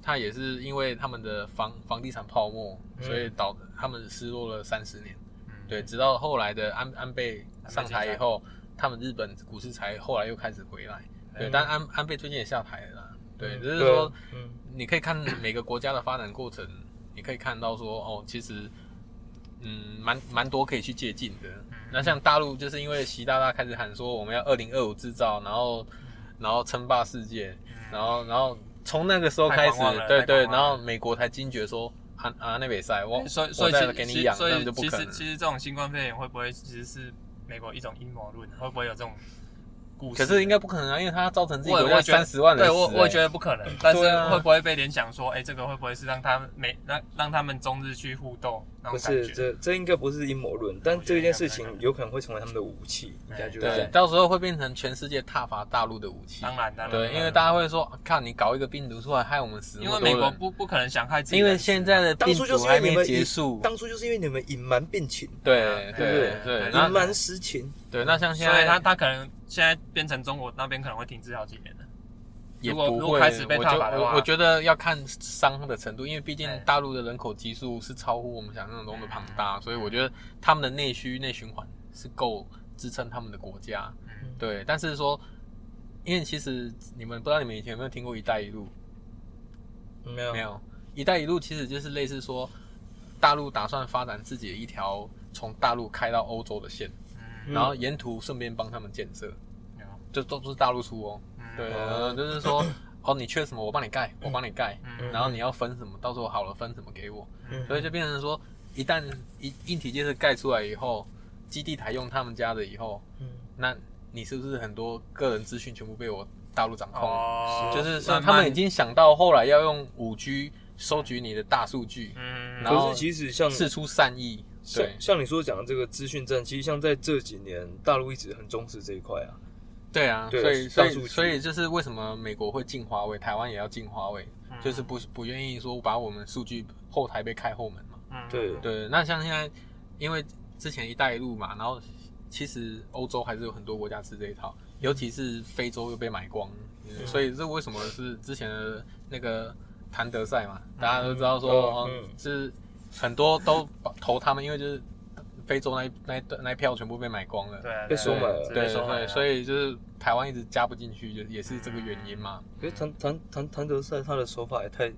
B: 他也是因为他们的房房地产泡沫，
A: 嗯
B: 所以导他们失落了三十年。
C: 嗯
B: 对，直到后来的安安倍
C: 安倍
B: 上台以
C: 晋三
B: 后，他们日本股市才后来又开始回来。对，
A: 嗯
B: 但安安倍最近也下台了啦。对，
A: 嗯
B: 就是
A: 对啊
B: 说，
A: 嗯，
B: 你可以看每个国家的发展过程，你可以看到说，哦，其实，嗯，蛮蛮多可以去借鉴的。
C: 嗯
B: 那像大陆就是因为习大大开始喊说我们要二零二五制造，然后
C: 嗯
B: 然后称霸世界，然后然后从那个时候
C: 太
B: 开始
C: 狂妄了，
B: 对
C: 太
B: 对，
C: 狂
B: 然
C: 妄
B: 后
C: 了哎
B: 美国才惊觉说。啊啊！那比赛，我
C: 所以
B: 我
C: 所以
B: 再
C: 其
B: 给
C: 实
B: 你
C: 其
B: 养，
C: 所
B: 那
C: 以
B: 就不
C: 其
B: 可
C: 实
B: 能。
C: 其实这种新冠肺炎会不会其实是美国一种阴谋论？会不会有这种故
B: 可
C: 事？
B: 是应该不可能啊，因为他造成自己
C: 我
B: 国家
C: 我觉得
B: 三十万人
C: 对
B: 死、
C: 我，我也
B: 欸
C: 觉得不可能。但是
B: 对啊
C: 会不会被联想说，哎，这个会不会是让他们美让让他们中日去互动那
A: 不
C: 种感
A: 是
C: 觉？
A: 这这应该不是阴谋论，但
C: 我觉
A: 这
C: 得
A: 件事
C: 应该不
A: 情
C: 太
A: 有可能会成为他们的武器，应该就是这
B: 哎对
A: 样，。
B: 到时候会变成全世界踏伐大陆的武器。
C: 当然当然，
B: 对，因为大
C: 当然
B: 家会说，啊看你搞一个病毒出来，害我们死那
C: 因
B: 么
C: 为
B: 多
C: 美国
B: 人。
C: 不不可能想害自己
B: 因
C: 人死嘛，
B: 为现在的
A: 当
B: 病
A: 初就
B: 毒
A: 是因
B: 还
A: 为你
B: 没
A: 们
B: 结束，
A: 当初就是因为你们隐瞒病情，
B: 对
C: 啊对
B: 对
A: 对
B: 对，
C: 对
A: 隐
B: 哎那
A: 瞒实情，
B: 对那像现
C: 所以
B: 在
C: 他他可能现在变成中国那边可能会停滞好几年的。
B: 也
C: 如
B: 不
C: 果如
B: 会，
C: 果开始被
B: 我
C: 踏
B: 就
C: 伐的
B: 我
C: 话
B: 我觉得要看伤的程度，因为毕竟
C: 哎
B: 大陆的人口基数是超乎我们想象中的庞大，所以我觉得他们的内需内循环是够支撑他们的国家。
C: 嗯
B: 对，但是说，因为其实你们不知道你们以前有没有听过“一带一路”。
A: 没有
B: 嗯没，有，“一带一路”其实就是类似说，大陆打算发展自己的一条从大陆开到欧洲的线，
C: 嗯
A: 嗯
B: 然后沿途顺便帮他们建设。
C: 有
B: 就都都是大陆出哦。
C: 嗯
B: 嗯对，
A: 哦
B: 呃就是说，哦，你缺什么，我帮你盖，我帮你盖，
C: 嗯
B: 然后你要分什么，到时候好了分什么给我，
C: 嗯
B: 所以就变成说，一旦一硬体建设盖出来以后，基地台用他们家的以后，
A: 嗯，
B: 那你是不是很多个人资讯全部被我大陆掌控？
C: 哦，
B: 就是
C: 慢
B: 说
C: 慢
B: 他们已经想到后来要用五 G 收集你的大数据，
C: 嗯，
B: 然
A: 可
B: 后
A: 是其实像
B: 释出善意。
A: 像
B: 对
A: 像你说讲的这个资讯战，其实像在这几年，大陆一直很重视这一块啊。
B: 对啊，
A: 对
B: 所以所
A: 大数
B: 以
A: 据
B: 所以就是为什么美国会进华为，台湾也要进华为，
C: 嗯
B: 就是不不愿意说把我们数据后台被开后门嘛。
C: 嗯
A: 对
B: 对，那像现在，因为之前“一带一路”嘛，然后其实欧洲还是有很多国家吃这一套，尤其是非洲又被买光，
A: 嗯
B: 所以这为什么是之前的那个谭德赛嘛，大家都知道说，
A: 哦
B: 哦
A: 嗯
B: 是很多都投他们，因为就是非洲那一那一那一票全部被买光了。
C: 对啊，
A: 被收买了
B: 对
C: 对
B: 对对，所
C: 以
B: 以就是台湾一直加不进去，就也是这个原因嘛。
A: 可是谭谭谭谭德赛他的手法也太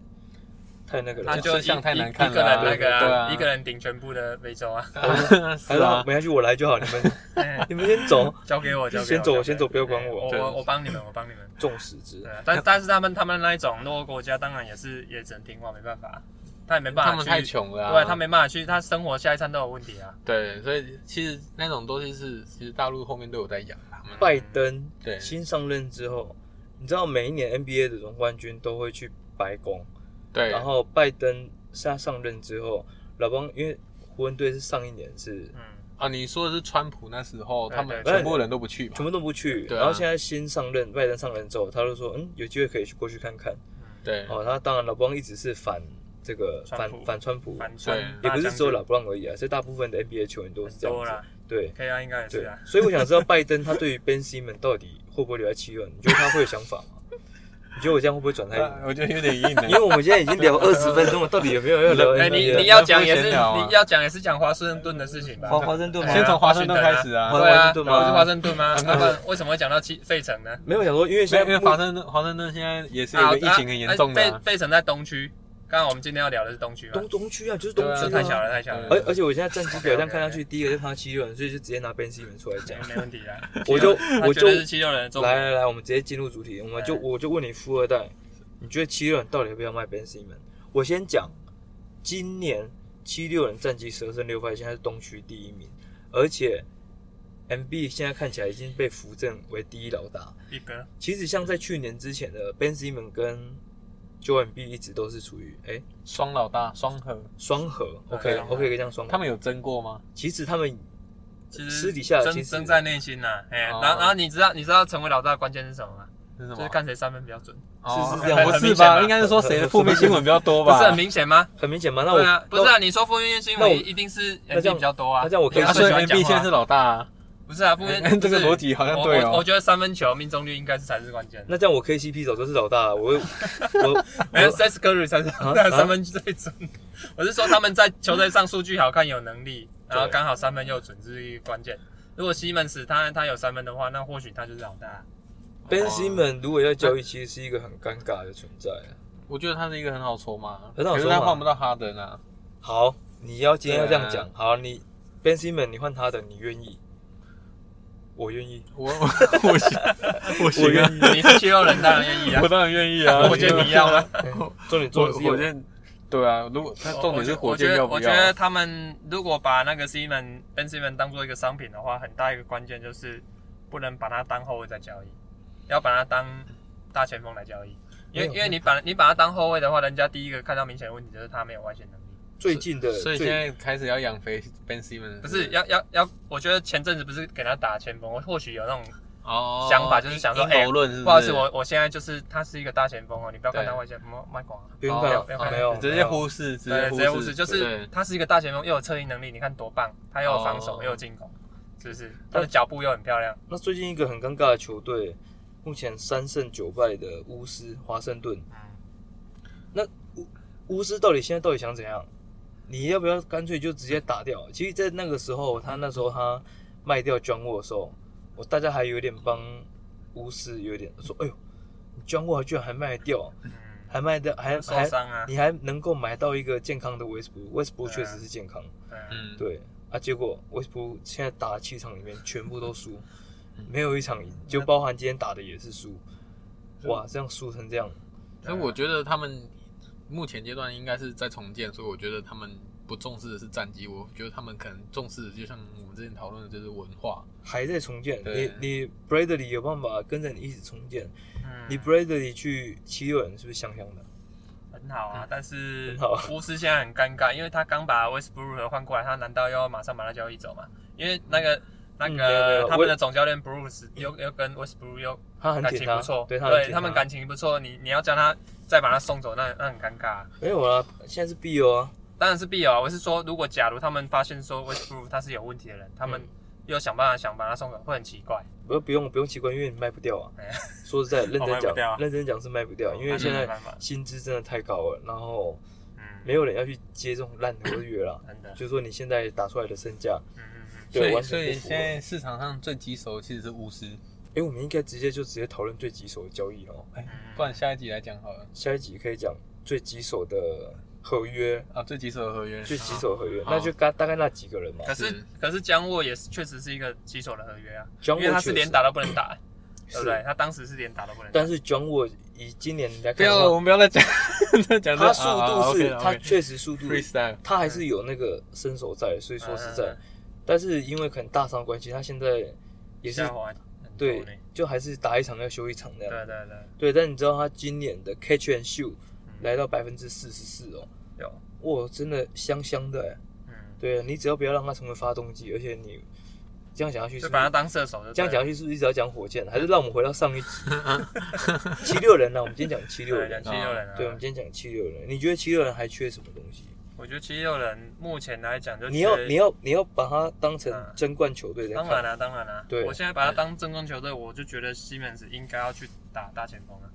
A: 太那个了
C: 他
A: 吧，
C: 就
B: 这像太难看
C: 一
B: 了
C: 个人
B: 啊
C: 那个
B: 对
C: 啊，
B: 啊
C: 一个人顶全部的非洲啊，
B: 是
A: 还让
B: 啊，
A: 没下去我来就好，你们
C: 哎
A: 你们先 走，
C: 交给我，交给我，
A: 先走
C: 交给我
A: 先走不要管我
C: 我
B: 对
C: 我我帮你们，我帮你们。
A: 众矢之
C: 对，啊，但但是他们他们那一种落后国家，当然也是也只能听话，没办法，他也没办法
B: 他
C: 去，
B: 们太穷了、啊，
C: 对他没办法去，他生活下一餐都有问题啊。
B: 对，所以其实那种东西是，其实大陆后面都有在养他们。
A: 拜登
B: 对
A: 新上任之后，你知道每一年 NBA 的总冠军都会去白宫，
B: 对，
A: 然后拜登下上任之后，老帮因为湖人队是上一年是
C: 嗯，
B: 啊，你说的是川普那时候，
C: 对
B: 他们
C: 对
B: 全部人都不去嘛
A: 全？部都不去，
B: 对啊
A: 然后现在新上任拜登上任之后，他就说嗯有机会可以去过去看看。
C: 嗯，
B: 对，
A: 哦，他当然老帮一直是反这个
C: 川
A: 反
C: 普
A: 反川普，
C: 反川
B: 对
A: 也不是只有老
C: 了，
A: 布朗而已啊，是大部分的 NBA 球员都是这
C: 多
A: 样
C: 啦
A: 子。对
C: k 啊，应该也是
A: 对
C: 啊，，
A: 所以我想知道拜登他对于 Ben Simmons 到底会不会留在七六？你觉得他会有想法吗？ 你觉得我这样会不会转太硬？
B: 啊我觉得有点硬的
A: 因为。我们现在已经聊二十分钟了，到底有没有要聊 NBA？
C: 哎，你你
B: 要
C: 要讲也
B: 那不
C: 是
B: 是闲聊啊
C: 你要讲也是讲华盛顿的事情吧？
A: 华华盛顿吗？
B: 先从华盛顿开始
A: 华
B: 啊，
C: 对
A: 华盛顿
C: 啊，不
A: 吗
C: 是华盛顿吗？那不然为什么会讲到七费城呢？
A: 没有想说，因为
B: 因为
A: 现
B: 因
A: 在
B: 为华盛顿华盛顿现在也是有一个疫情很严重的
C: 啊啊
B: 啊
C: 费，费城在东区，刚刚我们今天要聊的是东区嘛
A: 东，东区啊，就是东
B: 对啊
A: 区
C: 这
A: 啊
C: 太小了，太小了
A: 而
B: 对，
A: 而且我现在战绩表这样看下去，第一个就看到七六人，所以就直接拿 Ben Simmons 出来讲
C: 没。没问题啦。
A: 我就
C: 他
A: 我
C: 绝
A: 就
C: 对是七六人的重
A: 来
C: 点，
A: 来来，我们直接进入主题，我们就
C: 对
A: 我就问你富二代，你觉得七六人到底要不要卖 Ben Simmons？我先讲，今年七六人战绩十二胜六败，现在是东区第一名，而且 MB 现在看起来已经被扶正为第一老大。
C: 一哥，
A: 其实像在去年之前的 Ben Simmons 跟 Joel b 一直都是处于哎
B: 双老大双核，
A: 双核
C: 对
A: ，OK
C: 双核
A: OK 可以这样双核。
B: 他们有争过吗？
A: 其实他们
C: 其实
A: 私底下
C: 真
A: 其实
C: 真在内心呐。哎，然
B: 哦
C: 后然后你知道你知道成为老大的关键是什么吗？
B: 是什
C: 就是
B: 么？
C: 看谁三分比较准，
B: 哦
A: 是是这样
B: 不
C: 很
B: 是
C: 明显
B: 吧？
C: 吧
B: 应该是说谁的负面新闻比较多
C: 不
B: 吧？
C: 是很明显吗？
A: 很明显嘛，那我
C: 对啊，不是
A: 那
C: 啊，你说负面新
A: 那我
C: 闻一定是
A: 那这
C: N B
A: 样
C: 比较多啊，
A: 那这样我可以
C: 因为
B: 啊
C: 他
A: 说
B: 所以
C: 最喜欢
B: NB
C: 讲
B: 现在
C: 话
B: 是。老大啊，
C: 不是啊，负面
B: 这个逻辑好
C: 不是
B: 像
C: 我
B: 对
C: 我我
B: 哦。
C: 觉得三分球命中率应该是才是关键。
A: 那这样我 KCP 早就是老大了， 我我
C: 没有 s e s Curry 才是
A: 啊
C: 三分最准。我是说他们在球队上数据好看，有能 力，然后
A: 对
C: 刚好三分又准，这是一个关键。如果西门斯他他有三分的话，那或许他就是老 大。
A: Ben Simmons 如果要交易，其实是一个很尴尬的存在啊。
B: 我觉得他是一个很好筹码，
A: 很好
B: 可是
A: 筹码
B: 他换不到哈登啊。
A: 好，你要今天要这样讲
B: 对，啊
A: 好，你 Ben Simmons 你换他的，你愿意？我愿意，
B: 我 我我行，我行
A: 我愿
B: 啊，
A: 意。
C: 你是七六人，当然愿意啊
B: 我。当然愿意啊。
C: 火箭你要吗？
A: 哎重点重
B: 火
A: 点是有
B: 火箭，对啊，如果他重点是火
C: 我觉
B: 箭
C: 得
B: 要啊
C: 我
B: 不
C: 觉得
B: 要？
C: 他们如果把那个 C 门 Ben C 门当做一个商品的话，很大一个关键就是不能把它当后卫在交易，要把它当大前锋来交易。因为
A: 没有
C: 因为你把你把它当后卫的话，人家第一个看到明显的问题就是他没有外线能力。
A: 最近的，
B: 所以
A: 最
B: 现在开始要养肥 Ben Simmons，
C: 不是要要要，我觉得前阵子不是给他打前锋，我或许有那种
B: 哦
C: 想法就是想说
B: 阴谋论是
C: 不
B: 是，
C: 好意思，我我现在就是他是一个大前锋哦，你不要看他
B: 对
C: 外线卖卖广啊，
A: 不用
B: 哦
A: 看
C: 哦
A: 没有，
B: 你直
A: 没
B: 接
A: 有
B: 忽视，直
C: 对，直接
B: 接
C: 忽视，就是
B: 对
C: 他是一个大前锋，又有策应能力，你看多棒，他又有防守
B: 哦
C: 又有进攻，是不是？他的脚步又很漂亮，
A: 那最近一个很尴尬的球队，目前三胜九败的巫师华盛顿，
C: 嗯，
A: 巫师到底现在到底想怎样？你要不要干脆就直接打掉？其实，在那个时候，他那时候他卖掉庄沃的时候，我大家还有点帮巫师有点说，哎呦，你庄沃居然还卖掉，还卖掉，还
C: 嗯受
A: 还
C: 伤啊，
A: 你还能够买到一个健康的威斯布鲁，威斯布鲁
C: 对啊
A: 确实是健康，
C: 嗯，
B: 嗯，
A: 啊对啊，结果威斯布鲁现在打了七场里面全部都输，
C: 嗯
A: 没有一场赢，就包含今天打的也是输。
C: 嗯
A: 哇，这样输成这样，
B: 所以我觉得他们目前阶段应该是在重建，所以我觉得他们不重视的是战绩，我觉得他们可能重视的就像我们之前讨论的就是文化。
A: 还在重建。你
B: 对
A: 你 Bradley 有办法跟着你一起重建？
C: 嗯
A: 你 Bradley 去七六人是不是香香的？
C: 很好
B: 嗯
C: 啊，但是
A: 很好啊
C: 巫师现在很尴尬，因为他刚把 Westbrook 换过来，他难道要马上把他交易走吗？因为那个那
A: 嗯没有没
C: 个
A: 有
C: 他们的总教练 Bruce 又又跟 Westbrook 又
A: 他很
C: 感
A: 简
C: 情
A: 单，
C: 不错，
A: 对他很
C: 对
A: 简
C: 他们
A: 单
C: 感情不错，你你要将他再把他送走，那那很尴尬啊。
A: 没有啊，现在是 B O 啊，
C: 当然是必有啊，我是说，如果假如他们发现说 Westbrook 他是有问题的人，他们又想办法想把他送走，会很奇怪。
A: 嗯不要不用不用奇怪，因为你卖不掉啊
C: 哎。
A: 说实在，认
C: 哦卖
A: 真
C: 不掉啊哦
A: 讲，认真讲是卖不掉，因为
C: 那就
A: 现
C: 没
A: 在
C: 办法，
A: 薪资真的太高了，然后
C: 嗯，。
A: 没有人要去接这种烂合约了
C: 真的，
A: 就是说你现在打出来的身价，
C: 嗯嗯嗯，
B: 所
A: 对，
B: 以
A: 完
B: 所
A: 全
B: 以
A: 不符
B: 现
A: 合。
B: 在市场上最棘手的其实是巫师，
A: 哎，我们应该直接就直接讨论最棘手的交易哦。
B: 哎，
C: 嗯
B: 不然下一集来讲好了。
A: 下一集可以讲最棘手的合约，
B: 啊，最棘手的合约，
A: 最棘手的合约，
B: 好
A: 那就大大概那几个人嘛。
C: 可是
B: 是
C: 可是江沃也是确实是一个棘手的合约啊，
A: 因
C: 因为他是连打都不 能打，对不对？他当时是连打都不能打。
A: 但是 John Wall 以今年来
B: 不
A: 看
B: 要了，
A: 的
B: 我
A: 话，
B: 们不要再讲， 再讲这
A: 他
B: 个
A: 速
B: 啊啊
A: 度是，
B: OK 了
A: 他
B: OK
A: 确实速度，
B: freestyle，
A: 他还是有那个身手在，所以说实
C: 嗯
A: 在，但是因为可能大伤关系，他现在也
C: 也
A: 是
C: 滑很多
A: 对
C: 呢，
A: 就还是打一场要休一场那
C: 对
A: 样。
C: 对对，
A: 对，但你知道他今年的 catch and shoot
C: 嗯
A: 来到百分之四十四哦，
C: 有，
A: 哇，真的香香的哎。
C: 嗯，
A: 对你只要不要让他成为发动机，而且你这样讲下去是
C: 就
A: 不
C: 把他
A: 是，
C: 当射手就
A: 这样讲下
C: 对了
A: 去是不是一直要讲火箭？还是让我们回到上一 集七六人呢、啊我们今天讲七六
C: 对
A: 人
C: 讲，七六人啊，
A: 对，我们今天讲七六人。你觉得七六人还缺什么东西？
C: 我觉得七六人目前来讲就
A: 你要
C: 觉得
A: 你要你要把它当成
C: 嗯
A: 争冠球队在
C: 当然啊
A: 看。
C: 啦、当然啦、
A: 对
C: 我现在把他当正宗球队，我就觉得西门子应该要去打大前锋啊。
B: 嗯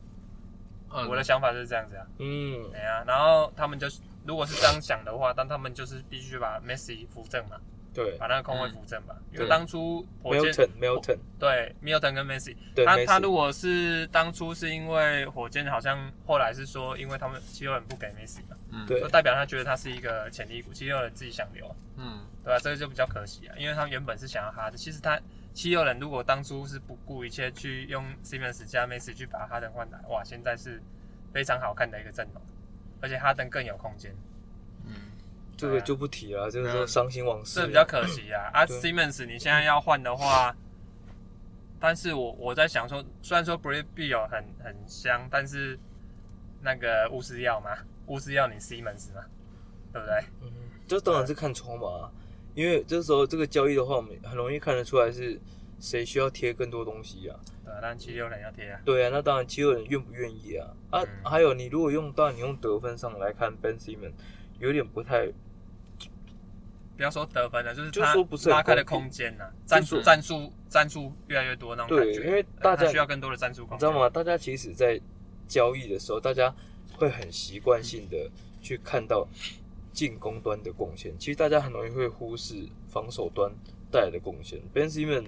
C: 我的想法就是这样子啊，
A: 嗯，
C: 对啊。然后他们就是，如果是这样想的话，但他们就是必须把 Messi 扶正嘛，
A: 对嗯
C: 把那个空位扶正吧。因为
A: 对
C: 当初火箭
A: ，Milton Milton，
C: 对 Milton 跟 Messi，
A: 对，
C: 他
A: 梅
C: 他
A: 西
C: 如果是当初是因为火箭好像后来是说，因为他们七六人不给 Messi 嘛，
B: 嗯
A: 对
C: 就代表他觉得他是一个潜力股，七六人自己想留啊。
B: 嗯
C: 对啊，这个就比较可惜啊，因为他们原本是想要哈登，其实他七六人如果当初是不顾一切去用 Simmons 加 Messi 去把哈登换来，哇，现在是非常好看的一个阵容，而且哈登更有空间，
B: 嗯，
A: 这个就不提了，这个说伤心往事
C: 嗯这
A: 了。
C: 比较可惜啊。啊
A: 对
C: ，Simmons 你现在要换的话，但是我我在想说，虽然说 Brad b i l 很很香，但是那个巫师要吗？巫师要你 Simmons 吗？对不对？
A: 嗯，这当然是看筹码啊，因为这时候这个交易的话，我们很容易看得出来是谁需要贴更多东西啊。
C: 对啊，但七六人要贴啊，
A: 对啊，那当然七六人愿不愿意啊？啊，
C: 嗯
A: 还有你如果用，当然你用得分上来看，Ben Simmons 有点不太
C: 不要说得分了，就是
A: 就是
C: 他
A: 说不是很
C: 拉开的
A: 公平
C: 空间呐、战
A: 就是
C: 术
A: 说
C: 战术战术越来越多那种感
A: 对，
C: 觉，呃
A: 因为大
C: 他
A: 家
C: 需要更多的战术
A: 你
C: 空
A: 知
C: 间，
A: 道？吗？大家其实，在交易的时候，大家会很习惯性的去看到进攻端的贡献，其实大家很容易会忽视防守端带来的贡献。Ben Simmons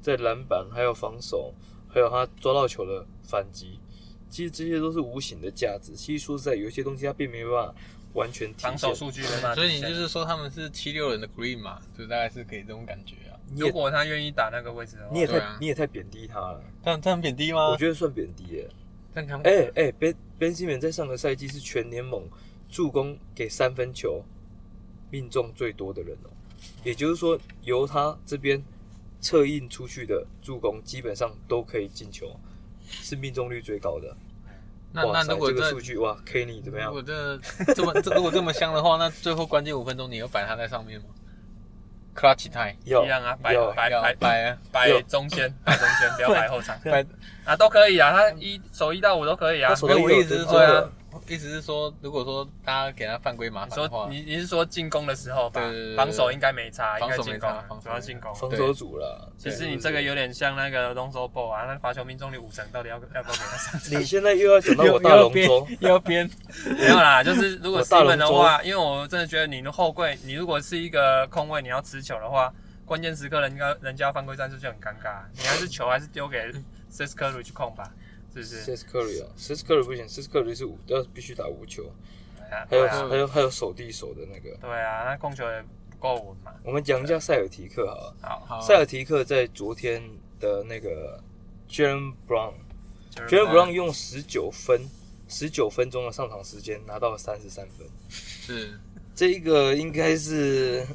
A: 在篮板、还有防守，还有他抓到球的反击，其实这些都是无形的价值。其实说实在，有一些东西他并没办法完全体
C: 防
A: 现
C: 守。数据没办法
A: 嗯
B: 所以
C: 体
B: 你
C: 现
B: 就是说他们是七六人的 Green 嘛，就大概是给这种感觉啊。
A: 你
C: 如
A: 也
C: 果他愿意打那个位置的话，
A: 你也太、
B: 对啊
A: 你也太贬低他了，
B: 这样这样贬低吗？
A: 我觉得算贬低耶、
B: 这样
A: 哎、哎、b e n Ben Simmons 在上个赛季是全联盟助攻给三分球命中最多的人哦。也就是说，由他这边策应出去的助攻，基本上都可以进球，是命中率最高的。
B: 那
A: 哇
B: 那
A: 塞
B: 如果
A: 这个
B: 这
A: 数据哇，Kenny 怎么样
B: 如？果真的这么这如果这么香的话，那最后关键五分钟你要摆他在上面吗？Clutch time，
A: 要
C: 一样啊，摆
A: 要
C: 摆
B: 要
C: 摆摆
B: 摆啊，
C: 摆中间，摆中 间，不要摆后场
B: 摆。
C: 啊，都可以啊，他一手一到五都可以啊
A: 他。手
B: 没有，
A: 到
B: 我
A: 一
B: 意
A: 有
B: 思是啊
A: 真
B: 说
A: 的，
B: 意思是说，如果说大家给他犯规麻
C: 你
B: 烦的
C: 说
B: 话，
C: 你你是说进攻的时候吧
B: 啊对对对，对
C: 防守应该没差，应
B: 防
C: 该
B: 守
C: 进
B: 没
C: 攻
B: 差
C: 啊
B: 防守没，差
C: 主要进攻。
A: 防守组了。
C: 其实你这个有点像那个 Lonzo Ball 啊，那罚球命中率五成，到底要要不要给他上？
A: 你现在又要讲到我
B: 又
A: 大
B: 又
A: 龙
B: 边
A: 舟，
B: 又边
C: 没有啦，就是如果
A: 我
C: 是
A: 大龙
C: 门的
A: 舟
C: 话，因为我真的觉得你的后卫，你如果是一个空位，你要持球的话，关键时刻人家人家犯规战术就很尴尬，你还是球还是丢给 c e s c u r y 去控吧，是不是？
A: ，Sis Curry 啊，Sis Curry 不行，Sis Curry 是五，要必须打无球，
C: 哎呀
A: 还有、
C: 对啊，
A: 还有还有手递手的那个。
C: 对啊，那控球也不够稳嘛。
A: 我们讲一下塞尔提克好了。
C: 好，
B: 好
A: 塞尔提克在昨天的那个 Jalen Brown，Jalen
C: 就是啊
A: Brown 用十九分十九分钟的上场时间拿到了三十三分，
B: 是，
A: 这一个应该是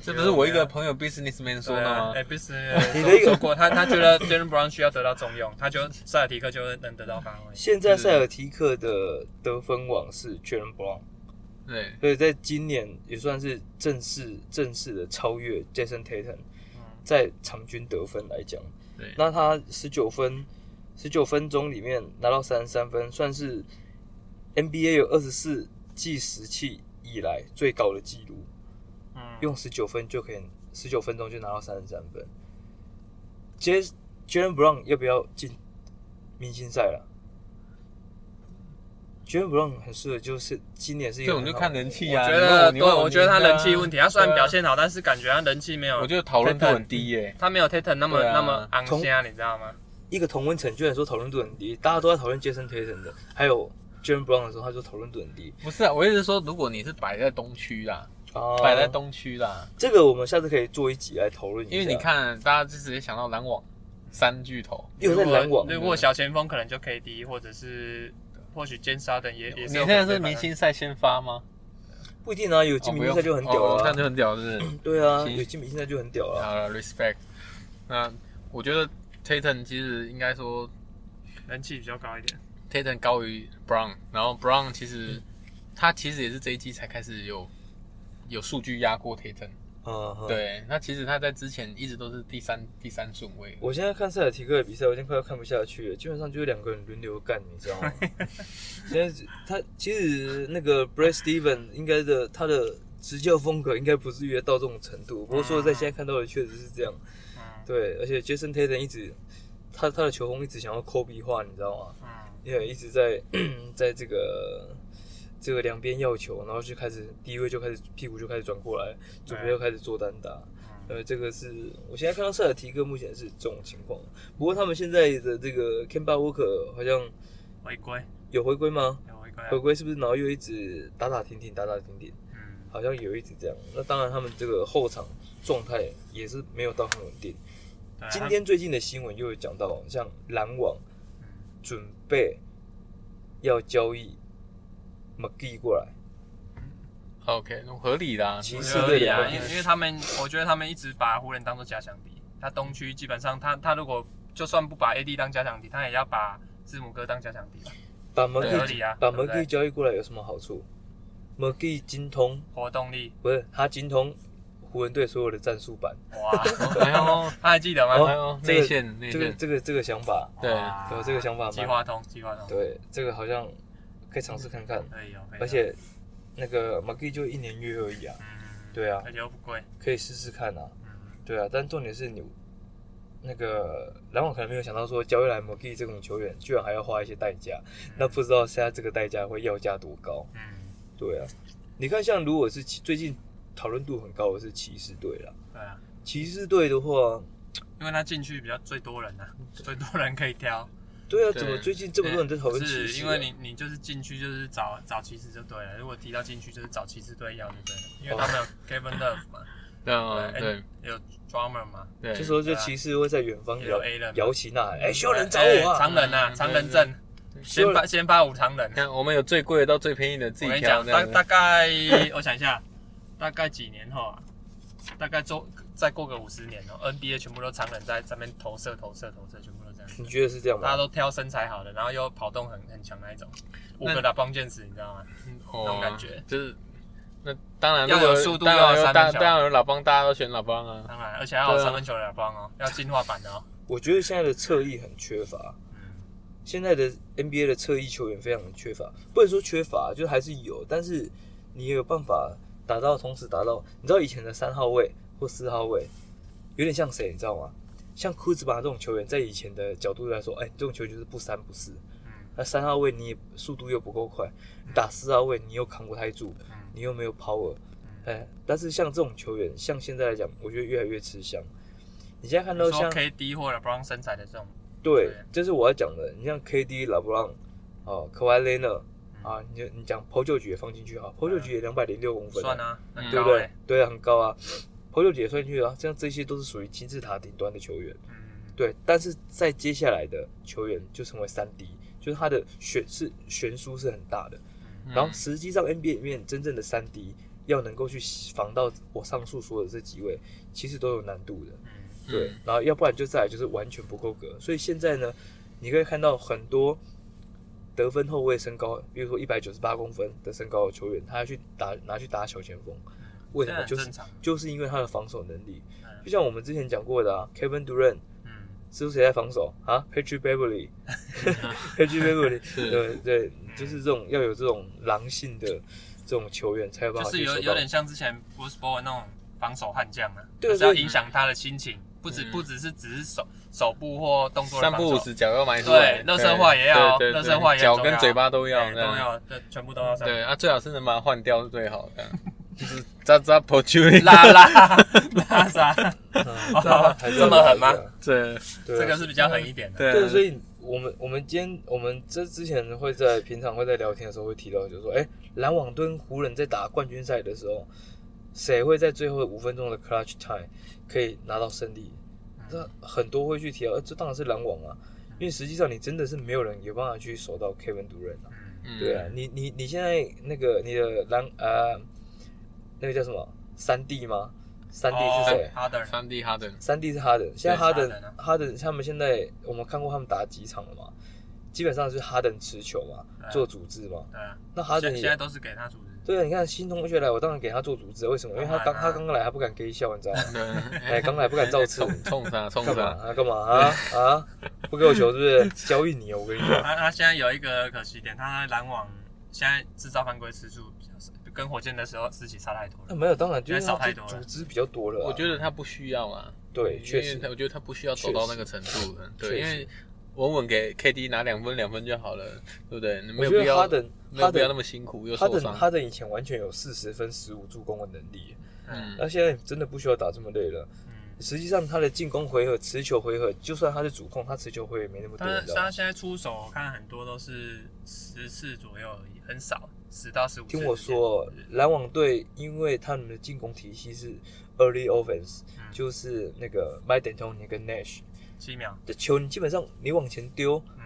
B: 这不是我一个朋友 businessman 说
C: 对
B: 的
C: 啊
B: 吗，？
C: 哎，不是，
A: 你的一
C: 说
A: 个
C: 说过他，他觉得 Jalen Brown 需要得到重用，他就塞尔提克就能得到发挥。
A: 现在塞尔提克的得分王是 Jalen Brown，
B: 对，
A: 所以在今年也算是正式正式的超越 Jason Tatum，
C: 嗯
A: 在场均得分来讲，
B: 对
A: 那他十九分十九分钟里面拿到三十三分，算是 NBA 有二十四计时器以来最高的纪录，
C: 嗯，
A: 用十九分就可以十九分钟就拿到三十三分。杰 Jalen Brown 要不要进明星赛了？Jalen Brown 很适合，就是今年是一
B: 这
A: 个
B: 种
A: 很
B: 就
A: 好
B: 看人气
C: 我
B: 啊。
C: 觉
B: 你问
C: 得，
B: 你
C: 对，
B: 问
C: 我觉得他人气问题，他虽然表，
B: 你
C: 现好，但是感觉他人气没
B: 对啊
C: 有
B: 我，觉得讨论度很低耶。
C: 他没有 Tatum 那么
B: 对啊
C: 那么昂
A: 从
C: 虾，你知道吗？
A: 一个同温层，居然说讨论度很低，大家都在讨论 Jason Tatum 的，还有 Jalen Brown 的时候，他说讨论度很低。
B: 不是啊，我一直说，如果你是摆在东区啦，
A: 啊，
C: 哦
B: 摆在东区啦，
A: 这个我们下次可以做一集来讨论一下，
B: 因为你看，大家就直接想到篮网三巨头，
A: 又在篮网，
C: 如果小前锋可能就 KD，或者是或许 James Harden 也也
B: 你
C: 是有
B: 现
C: 可能
B: 在
C: 哦被
B: 是
C: 摆
B: 明星赛先发吗？
A: 不一定啊，有
B: 哦
A: 进
B: 不
A: 明
B: 用
A: 星赛就很屌
B: 哦
A: 了、
B: 那
A: 啊，
B: 就很屌，是不是。
A: 对啊，
B: 行
A: 有进明星赛就很屌了、啊。
B: 好了，respect。那我觉得 Tatum 其实应该说
C: 人气比较高一点。
B: Tatum 高于 Brown，然后 Brown 其实他其实也是这一季才开始有有数据压过 Tatum。
A: 嗯，嗯，
B: 对，那其实他在之前一直都是第三第三顺位。
A: 我现在看塞尔提克的比赛，我已经快要看不下去了，基本上就是两个人轮流干，你知道吗？ 现在他其实那个 Brad Steven 应该的他的执教风格应该不至于到这种程度，不过说实在，现在看到的确实是这样。
C: 嗯
A: 对，而且 Jason Tatum 一直他他的球风一直想要科比化，你知道吗？
C: 嗯，
A: 也一直在 在这个这个两边要球，然后就开始第一位就开始屁股就开始转过来，左边又开始做单打。
C: 嗯
A: 呃，这个是我现在看到塞尔提克目前是这种情况，不过他们现在的这个 Kemba Walker 好像
C: 回归
A: 有回归吗？
C: 有回归啊
A: 回，归是不是？然后又一直打打停停，打打停停，
C: 嗯，
A: 好像有一直这样。那当然，他们这个后场状态也是没有到很稳定。
C: 对啊
A: 今天最近的新闻又有讲到，像篮网
C: 他嗯
A: 准备要交易 McGee 过来，
B: OK，合理的、啊。
A: 骑
C: 我
A: 士
C: 觉得
A: 队
C: 也啊，
A: 的
C: 因为因为他们，我觉得他们一直把湖人当做假想敌。他东区基本上他，他如果就算不把 AD 当假想敌，他也要把字母哥当假想敌吧，
A: 把
C: 合
A: McGee
C: 理啊，
A: 把
C: 对不
A: McGee
C: 对？
A: 交易过来有什么好处？McGee 精通
C: 活动力，
A: 不是他精通湖人队所有的战术版，
C: 哇，
B: 还 有
C: 他还记得
A: 哦
C: 吗？
B: 还有
A: 这个
B: 哎内线内
A: 这个
B: 线，
A: 这个这个想法，
B: 对
C: 哇
A: 有这个想法吗
C: 计划通，计划通，
A: 对这个好像可以尝试看看，
C: 可以哦，可以哦
A: 而，且那个 McGee 就一年约而已啊，
C: 嗯，
A: 对啊
C: 而且又不贵，
A: 可以试试看啊，
C: 嗯，
A: 对啊，但重点是你。那个篮网可能没有想到说，交易来 McGee 这种球员，居然还要花一些代价。那不知道现在这个代价会要价多高？
C: 嗯，
A: 对啊，你看，像如果是骑最近讨论度很高的是骑士队啦，
C: 对啊，
A: 骑士队的话，
C: 因为他进去比较最多人啊， 最多人可以挑，
A: 对啊，
B: 对
A: 怎么最近这么多人在讨
C: 不
A: 论骑
C: 是
A: 士啊？
C: 因为你你就是进去就是找找骑士就对啊了，如果提到进去就是找骑士队要就对了，因为他们
A: 哦
C: 有 Kevin Love 嘛，
B: 嗯
C: 对
B: 对
C: 有 Drummer 嘛，
B: 对，
A: 这时候就骑士会在远方
C: 也啊有
A: 摇
C: A 人嘛，
A: 摇旗呐喊，哎，
C: 哎
A: 有人找我
C: 哎
A: 啊！
C: 常人啊，
B: 嗯
C: 常人阵，
A: 修
C: 先
A: 人
C: 发先发五常人
B: 你。看我们有最贵的到最便宜的自
C: 我跟
B: 己
C: 你
B: 挑
C: 讲，
B: 这样
C: 大
B: 子
C: 大概 我想一下，大概几年后啊，大概做再过个五十年哦，NBA 全部都常人在这边投射投射投射，全部都这样。
A: 你觉得是这样
C: 大家
A: 吗？
C: 都挑身材好的，然后又跑动很很强那一种，五
B: 那
C: 个打棒剑士，你知道吗？
B: 哦
C: 那种感觉
B: 就是那当然
C: 要
B: 如果
C: 有速度
B: 当
C: 要
B: 然
C: 有
B: 有
C: 三
B: 当
C: 分球
B: 当然有老帮，大家都选老帮啊。
C: 当然，而且要有
B: 对啊
C: 三分球的帮哦，要进化版的哦。
A: 我觉得现在的侧翼很缺乏，
C: 嗯，
A: 现在的 NBA 的侧翼球员非常的缺乏，不能说缺乏，就还是有，但是你也有办法达到同时达到，你知道以前的三号位或四号位有点像谁，你知道吗？像库兹马这种球员，在以前的角度来说，哎、这种球员就是不三不四。
C: 嗯
A: 那三号位你也速度又不够快，你打四号位你又扛不太住，
C: 嗯
A: 你又没有 power，
C: 嗯，
A: 哎、但是像这种球员，像现在来讲，我觉得越来越吃香。你现在看
C: 你
A: 到
C: 说
A: 像
C: KD 或者 Brown 身材的这种，
A: 对
C: 对，
A: 这是我要讲的。你像 KD、拉布朗、哦、科怀雷勒
C: 嗯
A: 啊，你就你讲抛球局也放进去啊，抛球局也两百零六公分、
C: 算，啊，很
A: 对不
C: 高
A: 对
C: 嘞。？
A: 对啊，很高啊，抛球局也算进去啊，这样这些都是属于金字塔顶端的球员。
C: 嗯，
A: 对，但是在接下来的球员就成为三 D，就是他的悬是悬殊是很大的。
C: 嗯
A: 然后实际上 NBA 里面真正的三 D 要能够去防到我上述说的这几位，其实都有难度的。
C: 嗯
A: 对
B: 嗯，
A: 然后要不然就再来就是完全不够格。所以现在呢，你可以看到很多得分后卫身高，比如说一百九十八公分的身高的球员，他去打拿去打小前锋，为什么？
C: 这
A: 就是
C: 很正常。
A: 就是因为他的防守能力，
C: 嗯
A: 就像我们之前讲过的啊，Kevin Durant
C: 嗯，
A: 是不是谁在防守啊？Patrick Beverly，Patrick Beverly，
B: 是
A: 对对，就是这种要有这种狼性的这种球员才有办
C: 嗯就
A: 法
C: 是
A: 去守
C: 有
A: 到。
C: 有点像之前 Bruce Bowen 那种防守悍将啊，
A: 对
C: 就是要
A: 对
C: 影响他的心情，不止
B: 嗯
C: 不只是只是手手部或动作的
B: 三
C: 防
B: 不五
C: 守，
B: 时脚要埋出
C: 对
B: 来，，
C: 乐色化也要，
B: 对
C: 乐
B: 对
C: 色化
B: 对，
C: 也
B: 脚
C: 很重
B: 跟嘴巴都要
C: 对
B: 这
C: 哎都
B: 样。
C: 要，对，全部都要上。
B: 对啊，最好是能把它换掉是最好 的，就是扎扎 p o t u n
C: 拉拉 拉撒，
A: 嗯还是要
C: 这么狠吗
A: 对啊？
B: 对
A: 对啊
C: 这个是比较狠一点的。
B: 对
A: 对，
B: 啊，
A: 所以我们我们今天我们这之前会在平常会在聊天的时候会提到，就是说，哎，篮网跟湖人在打冠军赛的时候，谁会在最后五分钟的 clutch time 可以拿到胜利？
B: 嗯
A: 那很多会去提到，呃，这当然是篮网啊，因为实际上你真的是没有人有办法去守到 Kevin Durant 啊。
B: 嗯
C: 嗯
A: 对啊，你你你现在那个你的篮呃，那个叫什么三 D 吗？三 D
C: 哦
A: 是
B: 哦
A: 谁？
C: 哈登，
B: 三 D 哈 登，
A: 三 D 是哈登，现在
C: 对
A: 哈
C: 哈登啊
A: 登哈登他们现在我们看过他们打几场了嘛，基本上就是哈登持球嘛，
B: 啊
C: 对
A: 做组织嘛。
C: 对啊，
A: 那哈登
C: 现现在
A: 也
C: 都是给他组织。
A: 对啊，你看新同学来，我当然给他做组织，为什么？因为他
C: 当
A: 刚
C: 然啊
A: 他刚来，他不敢给笑，你知道 吗？
B: 对，
A: 哎，刚来不敢造 次，
B: 冲冲啥冲
A: 干嘛
B: 啥，
A: 啊？干嘛啊啊？不给我球是不是？交易你哦，我跟你 讲。
C: 他他现在有一个可惜点，他篮网现在制造犯规次数比较少，跟火箭的时候时期差太多
A: 那
C: 了。
A: 没有，当然就是
C: 因为少
A: 他
C: 太
A: 这
C: 多了
A: 组织比较多了啊。
B: 我觉得他不需要啊，
A: 对，确
B: 因为
A: 实
B: 他，我觉得他不需要走到那个程度的，
A: 确实
B: 对，因为稳稳给 KD 拿两分两分就好了，对不对？你没
A: 我
B: 有
A: 觉
B: 必
A: 得
B: 要
A: 哈，登
B: 没
A: 哈
B: 有必要那
A: 登
B: 么辛苦又
A: 哈
B: 受
A: 登
B: 伤，
A: 哈登以前完全有四十分、十五助攻的能力，
B: 嗯
A: 那现在真的不需要打这么累了。
C: 嗯，
A: 实际上他的进攻回合、持球回合，就算他是主控，他持球回合也没那么多，
C: 但
A: 你
C: 是
A: 知道吗
C: 他？现在出手，我看很多都是十次左右而已，很少，十到十五。
A: 听我说，篮网队因为他们的进攻体系是 early offense，
C: 嗯
A: 就是那个 m i d e n t o n y 跟 Nash
C: 七秒，
A: 的球，你基本上你往前丢，
C: 嗯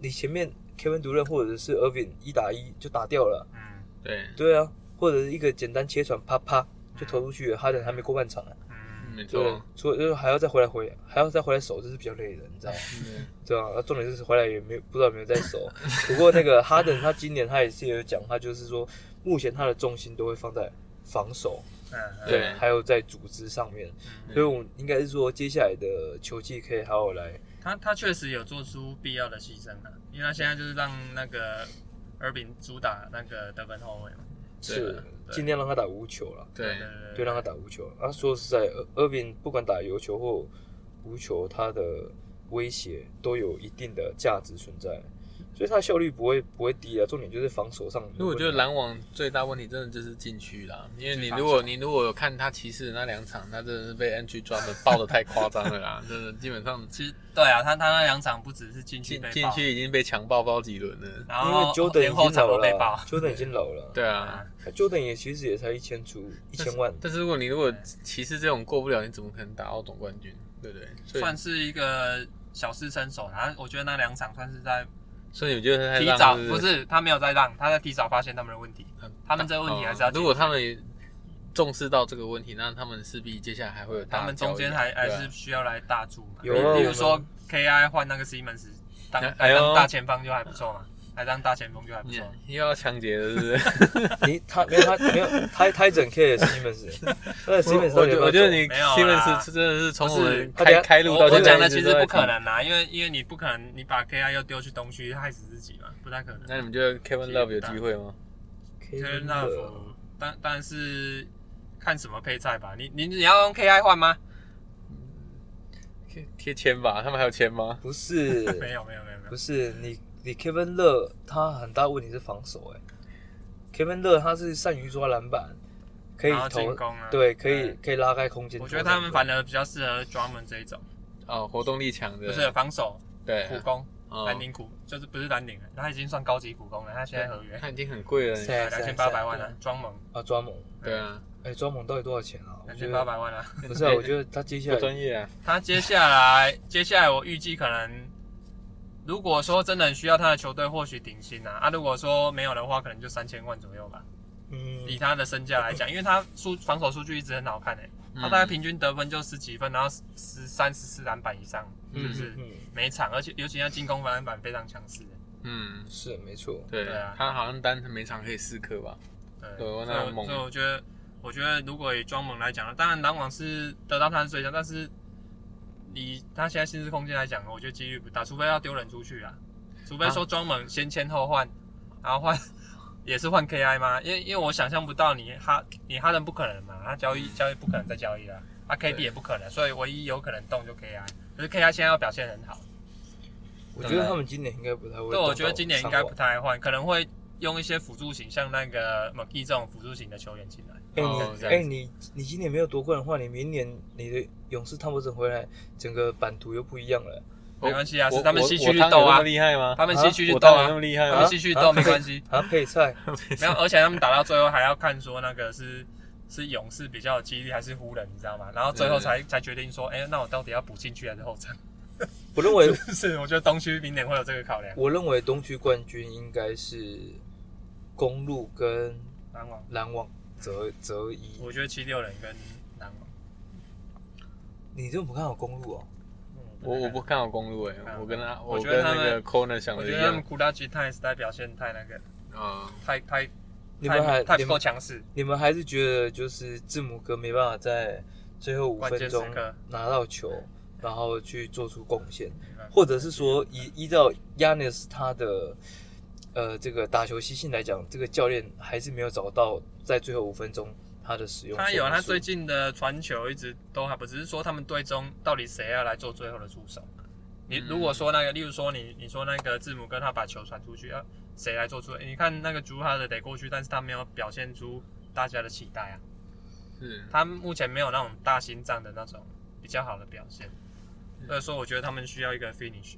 A: 你前面 Kevin 独任或者是 Irvin 一打一就打掉了，
C: 嗯
B: 对，
A: 对啊，或者是一个简单切传啪啪就投出去了，哈登还没过半场啊，
C: 嗯，
B: 没
A: 对
B: 错
A: 啊，，除了就是还要再回来回，还要再回来守，这是比较累的，你知道吗？
B: 嗯
A: 对啊，那重点是回来也没有不知道有没有在 守。不过那个哈登他今年他也是有讲，他就是说目前他的重心都会放在防守，
C: 嗯
B: 对
A: 还有在组织上面。
C: 嗯
A: 所以我们应该是说接下来的球季可以好好来。
C: 他他确实有做出必要的牺牲啊，因为他现在就是让那个尔饼主打那个得分后卫嘛。
A: 是
C: 对
A: 尽量让他打无球了，
B: 啊对
C: 对
A: 对，让他打无球。啊，说实在，厄厄宾不管打有球或无球，他的威胁都有一定的价值存在，所以他的效率不会不会低啊。重点就是防守上。
B: 所以我觉得篮网最大问题真的就是禁区啦，因为你如果你如果有看他骑士的那两场，他真的是被 NG 抓的爆的太夸张了啦， 真的基本上
C: 其实对啊，他他那两场不只是进去
B: 禁
C: 被
B: 禁
C: 爆，
B: 区已经被强暴爆几轮了。
C: 然
A: 因为
C: 后
A: Jordan
C: 连
A: 已
C: 后
A: 经
C: 场
A: 老
C: 都被
A: 了
C: 爆
A: 啊。，Jordan 已经老了。
B: 对啊
C: 啊，
A: 那 Jordan 也其实也才一千出一千万，
B: 但是如果你如果骑士这种过不了，你怎么可能打到总冠军？对不对？所以
C: 算是一个小试身手啦，然后我觉得那两场算是在
B: 所以我觉得他
C: 提
B: 浪
C: 早，
B: 是
C: 不是他没有在让，他在提早发现他们的问题，他们这个问题还是要
B: 嗯哦
C: 解决
B: 如果他们也重视到这个问题，那他们势必接下来还会有大
C: 他们中间
B: 交易
C: 还
B: 啊
C: 还
B: 对啊
C: 是需要来大注嘛，
A: 有
C: 比
A: 啊
C: 比如
A: 我
C: 说
A: 们
C: KI 换那个 Simmons 当
B: 哎
C: 来
B: 呦嗯
C: 当大前锋就还不错嘛，来当大前锋就还不错，
B: 你又要抢劫了，是不是？
A: 你他没有他没有他他一整 K 的 Simmons，那欸 Simmons
B: 我觉得我觉得你
C: 没有啦
B: Simmons 真的是从我
C: 不是
B: 们
A: 他等
B: 开
A: 下
B: 开路
C: 我
B: 到
C: 我
B: 现在
C: 讲
B: 一
C: 的
B: 直
C: 其
B: 都
C: 实
B: 在
C: 不可
B: 听。
C: 能啦，因为因为你不可能你把 KI 又丢去东区害死自己嘛，不太可能。
B: 那你们觉得 Kevin Love 有机会吗？
C: Kevin Love，但但是看什么配菜吧。你你你要用 KI 换吗？
B: 贴贴签吧，他们还有签吗？
A: 不是
C: 没有没有没有没
A: 不
C: 有。
A: 是你你 Kevin 乐他很大问题是防守哎、k e v i n 乐他是善于抓篮板，可以
C: 然后
A: 投
C: 进攻啊，
A: 对可以可以拉开空间，
C: 我觉得他们反而比较适合 Drummond 这一种，
B: 哦，活动力强的，
A: 啊
C: 就是防守、
B: 对
C: 普攻，
A: 哦
B: 嗯
C: 蓝领股就是不是蓝领了，他已经算高级股东了，他现在合约
B: 它已经很贵了。
A: 对啊
C: 两千八百万
A: 是啊
C: 了，庄猛
A: 啊，抓猛，
B: 对啊，
A: 哎，抓猛到底多少钱啊？我
C: 两
A: 觉
C: 千八
A: 得
C: 百万了。
A: 不是啊，我觉得他接下
B: 不
A: 来
B: 专业啊。
C: 他接下来，接下来我预计可能，如果说真的很需要他的球队，或许顶薪啊啊，如果说没有的话，可能就三千万左右吧。
A: 嗯
C: 以他的身价来讲，因为他数防守数据一直很好看诶、嗯
A: 嗯
C: 他大概平均得分就十几分，然后十三十四篮板以上，是不是？
A: 嗯
C: 每一场，而且尤其他进攻篮板非常强势。欸
B: 嗯，
A: 是没错，
B: 对
C: 对啊，
B: 他好像单每场可以四颗吧？
C: 对，
B: 对我
C: 所以
B: 那个猛
C: 所以我觉得，我觉得如果以庄猛来讲，当然篮网是得到他的最佳，但是以他现在薪资空间来讲，我觉得几率不大，除非要丢人出去啊，除非说庄猛先签后换，然后换 也是换 KI 吗？因为因为我想象不到你哈你哈人不可能嘛，他交易交易不可能再交易了，啊 KB
B: 对
C: 也不可能，所以唯一有可能动就 KI，可是 KI 现在要表现很好。
A: 我觉得他们今年应该不太会动到
C: 对，
A: 伤亡。
C: 我觉得今年应该不太换，可能会用一些辅助型，像那个 McGee 这种辅助型的球员进来。
A: 哎、
B: 哦
A: 你
B: 这
A: 哎、
B: 样子
A: 你你今年没有夺冠的话，你明年你的勇士汤普森回来，整个版图又不一样了。
C: 没关系啊，
B: 我
C: 是他们
B: 我
C: 西
B: 我
C: 区去
B: 汤有
C: 斗
B: 那
C: 啊
B: 么，厉害吗？
C: 他们西区去
B: 我
C: 斗
B: 当有
C: 啊
B: 那，么厉害
C: 他
B: 吗
C: 们？西区去
A: 啊
C: 斗没关 系。
A: 啊，配 菜，
C: 没有，而且他们打到最后还要看说那个是是勇士比较有激励还是湖人，你知道吗？然后最后才才决定说，哎，那我到底要补进去还是后场？
A: 我认为
C: 是，我觉得东区明年会有这个考量。
A: 我认为东区冠军应该是公路跟
C: 篮网，
A: 篮网择择一。
C: 我觉得七六人跟篮网，
A: 你这么不看好公路哦？
B: 我我不，看好公路哎
C: 啊，
B: 我跟他
C: 我觉得
B: 跟
C: 他
B: 那个
C: 们
B: corner 想
C: 我
B: 的一
C: 觉得他们
B: 样。
C: 古拉吉太实在表现太那个，
B: 嗯，
C: 太太
A: 你们还
C: 太太
A: 你
C: 不够
A: 们
C: 强势。
A: 你们还是觉得就是字母哥没办法在最后五
C: 关
A: 分
C: 键时
A: 钟
C: 刻
A: 拿到球，然后去做出贡献。
C: 没办法
A: 或者是说以依照 Yanis 他的呃这个打球习性来讲，这个教练还是没有找到在最后五分钟他的使用说
C: 他
A: 明书。
C: 有他最近的传球一直都还不，只是说他们队中到底谁要来做最后的出手。啊你
B: 嗯
C: 如果说那个，例如说你你说那个字母跟他把球传出去，要谁来做出？你看那个朱哈的得过去，但是他没有表现出大家的期待啊。
B: 是
C: 他目前没有那种大心脏的那种比较好的表现，
B: 嗯
C: 所以说我觉得他们需要一个 finish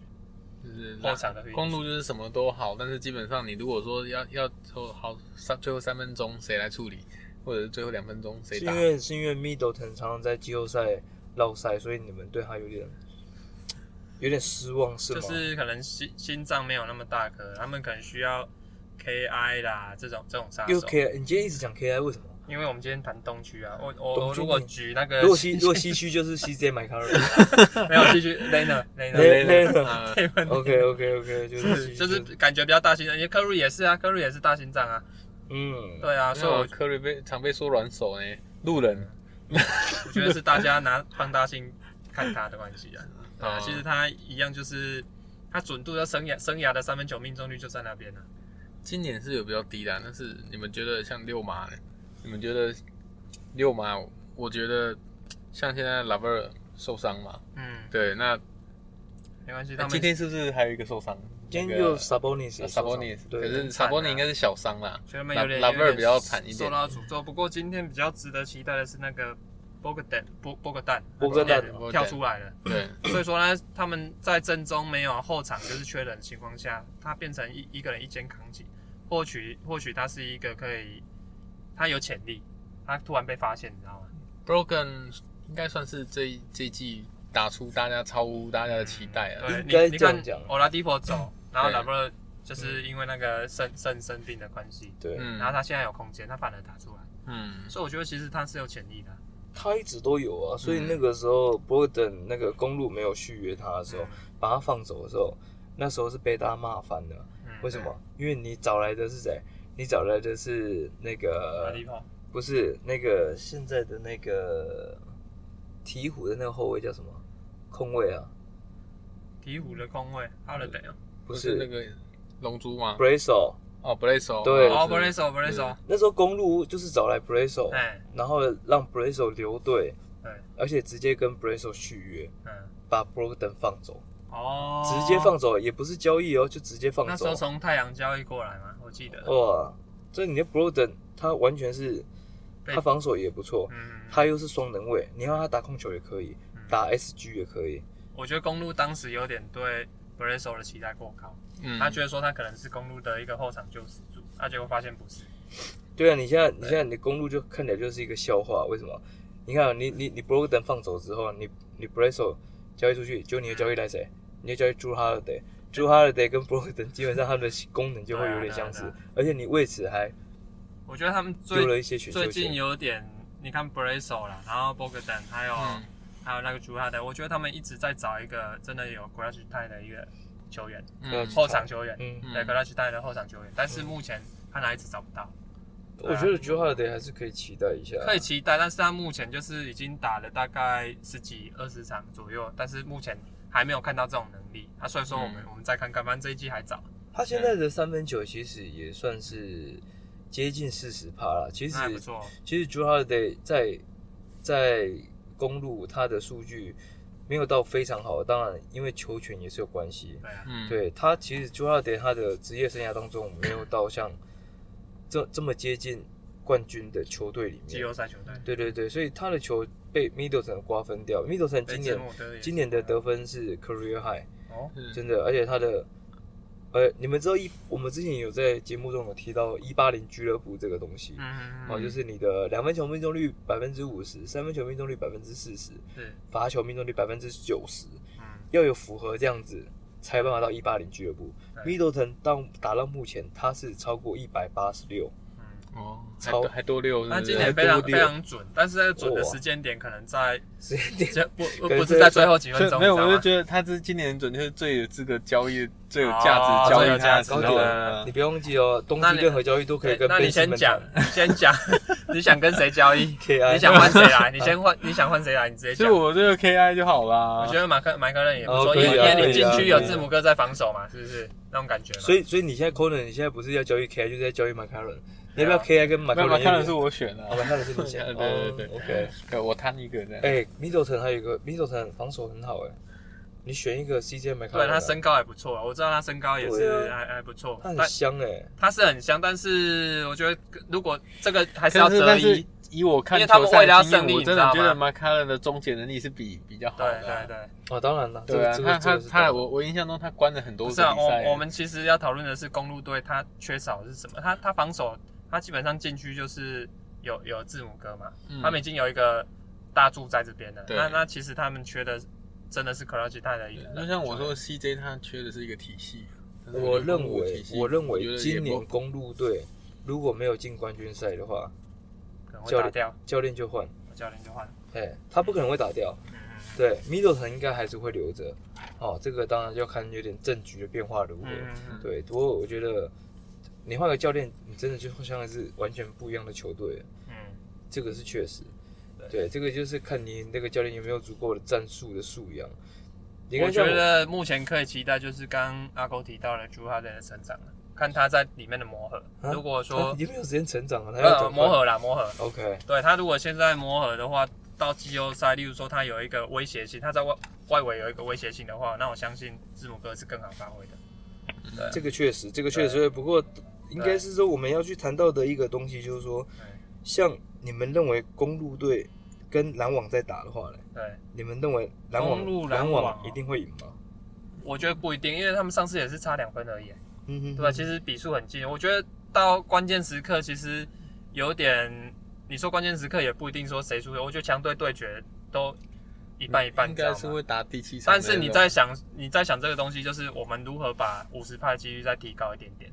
B: 就是
C: 后场的 finish。
B: 公路就是什么都好，但是基本上你如果说要要说好三最后三分钟谁来处理，或者是最后两分钟谁
A: 是
B: 打
A: 因，为是因为 Middleton 常常在季后赛落赛，所以你们对他有点有点失望是
C: 就
A: 吗？
C: 是可能心心脏没有那么大颗，他们可能需要 KI 啦这种这种杀
A: 又
C: 手。
A: K，你今天一直讲 KI 为什么？
C: 因为我们今天谈东区啊，我
A: 东
C: 我我
A: 区
C: 如果举那个
A: 如果西如果西区就是 CJ McCarron，
C: 没有继续 Lena
A: 对
C: Lena
A: 对对
B: 呃
A: OK OK OK，就是
C: 就是感觉比较大心脏，因为科瑞也是啊，科瑞也是大心脏啊，
A: 嗯，
C: 对啊，所以
B: 所以
C: 我
B: 科瑞被常被说软手呢，路人
C: 我觉得是大家拿放大镜看他的关 系啊，对啊，
B: 哦
C: 其实他一样就是他准度的生涯生涯的三分球命中率就在那边了、啊，
B: 今年是有比较低的啊，但是你们觉得像六马呢？你们觉得六马？我觉得像现在拉贝尔受伤嘛，
C: 嗯，
B: 对，那
C: 没关系，
B: 那
C: 他
B: 哎今
C: 们
B: 天是不是还有一个受伤？
A: 今
B: 那
A: 天
B: 个
A: 就 Sabonis 也受
B: 呃
A: 伤
B: Sabonis，
A: 对
B: 可是
C: 惨啊
B: Sabonis 应该是小伤啦，
C: 觉得他们有点
B: 拉拉贝尔
C: 有点
B: 比较惨一点
C: 受到诅咒，不过今天比较值得期待的是那个 Bogdan 波波格蛋
A: 波格
B: 丹
C: 跳出来了。
B: 对，
C: 所以说呢，他们在阵中没有后场就是缺人的情况下，他变成一一个人一肩扛起，或许或许他是一个可以，他有潜力，他突然被发现，你知道吗？
B: Broken 应该算是这一这一季打出大家超乎大家的期待啊。
C: 嗯对，
A: 应该
C: 你你
A: 这样
C: 看
A: 讲嗯
C: 欧拉迪波走，然后
B: 对
C: 拉布勒就是因为那个肾肾生病的关系，
A: 对，
B: 嗯，
C: 然后他现在有空间，他反而打出来，
B: 嗯，
C: 所以我觉得其实他是有潜力的。啊
A: 他一直都有啊，所以
B: 嗯
A: 那个时候 Broden 那个公路没有续约他的时候
C: 嗯，
A: 把他放走的时候，那时候是被大家骂翻的。
C: 嗯
A: 为什么？
B: 哎
A: 因为你找来的是谁？你找来的是那
C: 欧拉
A: 个
C: 迪波
A: 不是那个现在的那个鹈鹕的那个后卫叫什么？空位啊，
C: 鹈鹕的空位，哈勒德哦，
A: 不
B: 是那
A: 是
B: 个龙珠吗？
A: Brasso。
B: 哦 b l a z e
A: 对
C: 哦
B: 哦
C: 布雷索布雷索，
A: 那时候公路就是找来 Brasso，
C: 哎，
A: 然后让 Brasso 留队，
C: 对，
A: 而且直接跟 Brasso 续约，
C: 嗯，
A: 把 Broden 放走，
C: 哦，
A: 直接放走，也不是交易哦，就直接放走。
C: 那时候从太阳交易过来嘛，我记得。
A: 哇，所以你的 Broden 他完全是，他防守也不错，
C: 嗯，
A: 他又是双能卫，你让他打控球也可以，
C: 嗯
A: 打 SG 也可以，
C: 我觉得公路当时有点对 b r e s o 的期待过高，
B: 嗯，
C: 他觉得说他可能是公路的一个后场救世主，他结果发现不是。
A: 对啊，你现在你现在你的公路就看起来就是一个笑话，为什么？你看啊你你你 Broden 放走之后，你你 b r e s o 交易出去，结果你又交易来谁？你又交易 Drew Holiday，Drew Holiday 跟 Broden 基本上他们的功能就会有点相似
C: 对啊对，
A: 而且你为此还
C: 我觉得他们
A: 丢
C: 最
A: 了一些选秀
C: 最近
A: 权。
C: 有点，你看 b r e s o 啦，然后 Bogdan 还有、
B: 嗯
C: 还有那个朱哈的，我觉得他们一直在找一个真的有 g r a d u 的一个球员，
A: 呃
B: 嗯
C: 后场球员，
A: 嗯，
C: 对 g r a d u 的后场球员，但是
A: 嗯
C: 目前看来一直找不到。
A: 我觉得 Drew Holiday 还是可以期待一下。
C: 可以期待，但是他目前就是已经打了大概十几二十场左右，但是目前还没有看到这种能力。啊，所以说我们、
B: 嗯
C: 我们再看看，反正这一季还早，
A: 他现在的三分球其实也算是接近四十趴了，其实
C: 那还不错。
A: 其实 Drew Holiday 在在公路他的数据没有到非常好，当然因为球权也是有关系。
C: 对啊，
B: 嗯，
A: 对他其实 Drew Holiday 他的职业生涯当中没有到像这这么接近冠军的球队里
C: 季
A: 面。
C: 后赛球队，
A: 对对对，所以他的球被 Middleton 瓜分掉。Middleton 今年今年的得分是 career high，
C: 哦，
B: 是
A: 真的，而且他的。呃，你们知道一，我们之前有在节目中有提到一八零俱乐部这个东西，
C: 嗯，
A: 哦，就是你的两分球命中率百分之五十，三分球命中率百分之四十，
C: 是，
A: 罚球命中率百分之九十，
C: 嗯，
A: 要有符合这样子，才有办法到一八零俱乐部。
C: 对
A: Middleton 到打到目前，他是超过一百八十六，
C: 嗯，
B: 哦，还
A: 超
B: 多还多
A: 嗯
B: 六是不
C: 那
B: 是，
C: 今年非常
A: 还多
C: 非
A: 六
C: 常准，但是在准的
A: 哇
C: 时间点可能在
A: 所以你
C: 这不
A: 可
C: 不
A: 能
C: 不是在最后几分
B: 所以
C: 钟，
B: 没有，
C: 你知
B: 我
C: 道吗
B: 就觉得他这今年准就是最有资格交易、最有价
C: 哦
B: 值交
C: 最有
B: 易
C: 价
B: 价
C: 值
B: 值
A: 高
B: 的
A: 点
B: 人
A: 你。不要忘记哦，东
C: 那
A: 西
C: 你
A: 任何交易都可以
C: 对
A: 跟
C: 那你
A: Ben
C: 先
A: Simmons
C: 讲，你先讲， 你想跟谁交 易？你
A: KI，
C: 想换谁来？你先换，你想换谁来？你直接
B: 所以
C: 讲。
B: 我这个 KI 就好啦。
C: 我觉得马克马克人也不
A: 啊哦
C: 错，
A: 可
C: 因
A: 以
C: 为
A: 啊
C: 因
A: 可
C: 为
A: 以
C: 你禁
A: 啊
C: 区有
A: 可以啊
C: 字母哥在防守嘛，是不是那种感觉嘛？
A: 所
C: 以
A: 以所以你现在 Conan，你现在不是要交易 KI，就是在交易 m c c a r r o n 你要不
C: 对啊
A: 要 KI 跟 m
B: 没
A: c c a r
B: 有嘛，
A: r
B: 看
A: o
B: 的
A: n
B: 是我选的、
A: 哦 m c c a r r o n 是你选
B: 对
A: 的，
B: 对对
A: 哦，OK。
B: 对，我摊一个这样。
A: 哎，Middleton 还有一个 Middleton 防守很好哎，你选一个 CJ m c c a r r o
C: 对
A: n
C: 他身高也不错，啊我知道他身高也
A: 对
C: 是
A: 啊
C: 还还不错，
A: 他
C: 但
A: 很香哎、
C: 他是很香，但是我觉得如果这个还是要
B: 但是
C: 择
B: 但
C: 一，
B: 是
C: 对
B: 以我看
C: 因为他
B: 球
C: 们
B: 赛
C: 为了要
B: 经验
C: 胜利
B: 我
C: 你
B: 真
C: 知
B: 的
C: 道
B: 觉得
C: 吗
B: m c c a r r o n 的终结能力是比比较好的、啊
C: 对。对，
A: 哦，当然了，这
B: 对
A: 个
B: 啊，
A: 这
B: 他
A: 个这
B: 他
A: 个是
B: 他，我我印象中他关了很多
C: 不
B: 个
C: 是啊，
B: 比赛。
C: 我我们其实要讨论的是公路队他缺少的是什么？他他防守他基本上禁区就是有有字母哥嘛，
B: 嗯
C: 他们已经有一个大柱在这边了，
B: 对
C: 那那其实他们缺的真的是 c l u t c h 带的一个，
B: 就像我说，CJ 他缺的是一个体系。但是
A: 我
B: 觉得
A: 认
B: 公路
A: 为
B: 体系
A: 我认
B: 觉
A: 为
B: 得
A: 今
B: 也
A: 年
B: 不
A: 公路队如果没有进冠军赛的话，
C: 可能会
A: 教
C: 打
A: 练
C: 掉，
A: 教练就换，
C: 我教练就换了。
A: 哎，他不可能会打掉，
C: 嗯嗯嗯
A: 对，Middleton 应该还是会留着，哦，这个当然要看有点政局的变化如何，
C: 嗯嗯
A: 对，不过我觉得你换个教练，你真的就像是完全不一样的球队，
C: 嗯，
A: 这个是确实，
C: 对
A: 对，这个就是看你那个教练有没有足够的战术的素养，你
C: 我
A: 看
C: 觉
A: 像
C: 得目前可以期待就是刚刚阿狗提到了朱哈德的成长了，啊看他在里面的磨合。
A: 啊
C: 如果
A: 啊
C: 说
A: 你没有时间成长啊，他要
C: 呃
A: 转换
C: 磨合啦，磨合，
A: ，OK，
C: 对他如果现在磨合的话，到季后赛，例如说他有一个威胁性，他在外外围有一个威胁性的话，那我相信字母哥是更好发挥的。对啊
A: 这个确实，这个确实。不过，应该是说我们要去谈到的一个东西，就是说，
C: 对
A: 像你们认为公路队跟篮网在打的话呢，
C: 对，
A: 你们认为篮网
C: 公路
A: 篮
C: 篮网
A: 网一定会赢吗？
C: 我觉得不一定，因为他们上次也是差两分而已。啊
A: 嗯哼，
C: 对吧？其实比数很近，我觉得到关键时刻其实有点，你说关键时刻也不一定说谁输，我觉得强队对决都一半一半，
B: 应
C: 你知道
B: 该
C: 吗
B: 是会打第七场的
C: 但
B: 那种。
C: 是你在想，你在想这个东西，就是我们如何把五十派几率再提高一点点。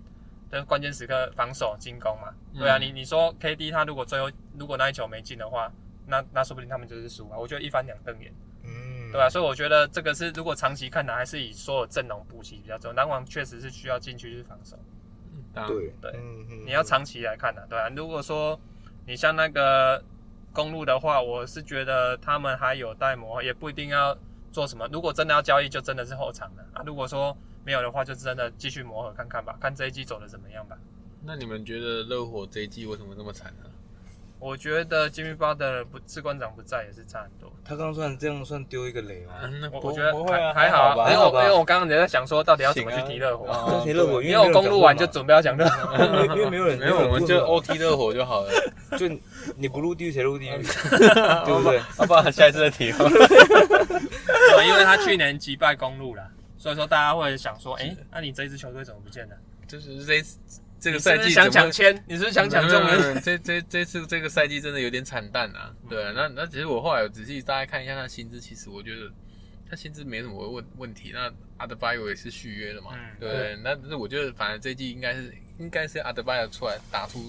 C: 但关键时刻防守进攻嘛，对啊，
B: 嗯
C: 你你说 KD 他如果最后如果那一球没进的话，那那说不定他们就是输啊。我觉得一翻两瞪眼。
A: 嗯，
C: 对啊，所以我觉得这个是如果长期看来，还是以所有阵容补齐比较重要。篮网确实是需要禁区去防守，
B: 打
A: 对
C: 对
A: 嗯哼，
C: 你要长期来看的、对啊。如果说你像那个公路的话，我是觉得他们还有待磨合，也不一定要做什么。如果真的要交易，就真的是后场了啊。如果说没有的话，就真的继续磨合看看吧，看这一季走的怎么样吧。
B: 那你们觉得热火这一季为什么那么惨呢、
C: 我觉得吉米巴的不士官长不在也是差很多。
A: 他刚算这样算丢一个雷 吗？
B: 嗯，那
C: 啊我
B: 不
C: 我觉得
B: 不会
C: 还
B: 啊，
C: 还
B: 好
C: 好
B: 吧
C: 因
A: 还
C: 为
A: 好
C: 我
A: 吧
C: 因为我刚刚也在想说，到底要怎么去提热火。
B: 行啊
A: 但提热火，
C: 因为我公路完就
A: 走，
C: 准备要讲 热火。
A: 因为没有人
B: 没有，我们就
A: 哦，
B: OT 热火就 好了，
A: 就你不入地狱谁入地
B: 嗯
A: 狱，对不对？
B: 要不然下一次再提哦。
C: 啊对，因为他去年击败公路了，所以说大家会想说，哎、那、你这支球队怎么不见了？
B: 就是这一次这
C: 这
B: 个赛季
C: 想
B: 怎么
C: 抢签，你是不是想抢中
B: 没有没有
C: 人？
B: 没有这这这次这个赛季真的有点惨淡啊。对啊，那那其实我后来有仔细大概看一下他的薪资，其实我觉得他薪资没什么问问题。那阿德巴约也是续约了嘛，
C: 嗯
B: 对不对？那那我觉得反正这一季应该是应该是阿德巴约出来打出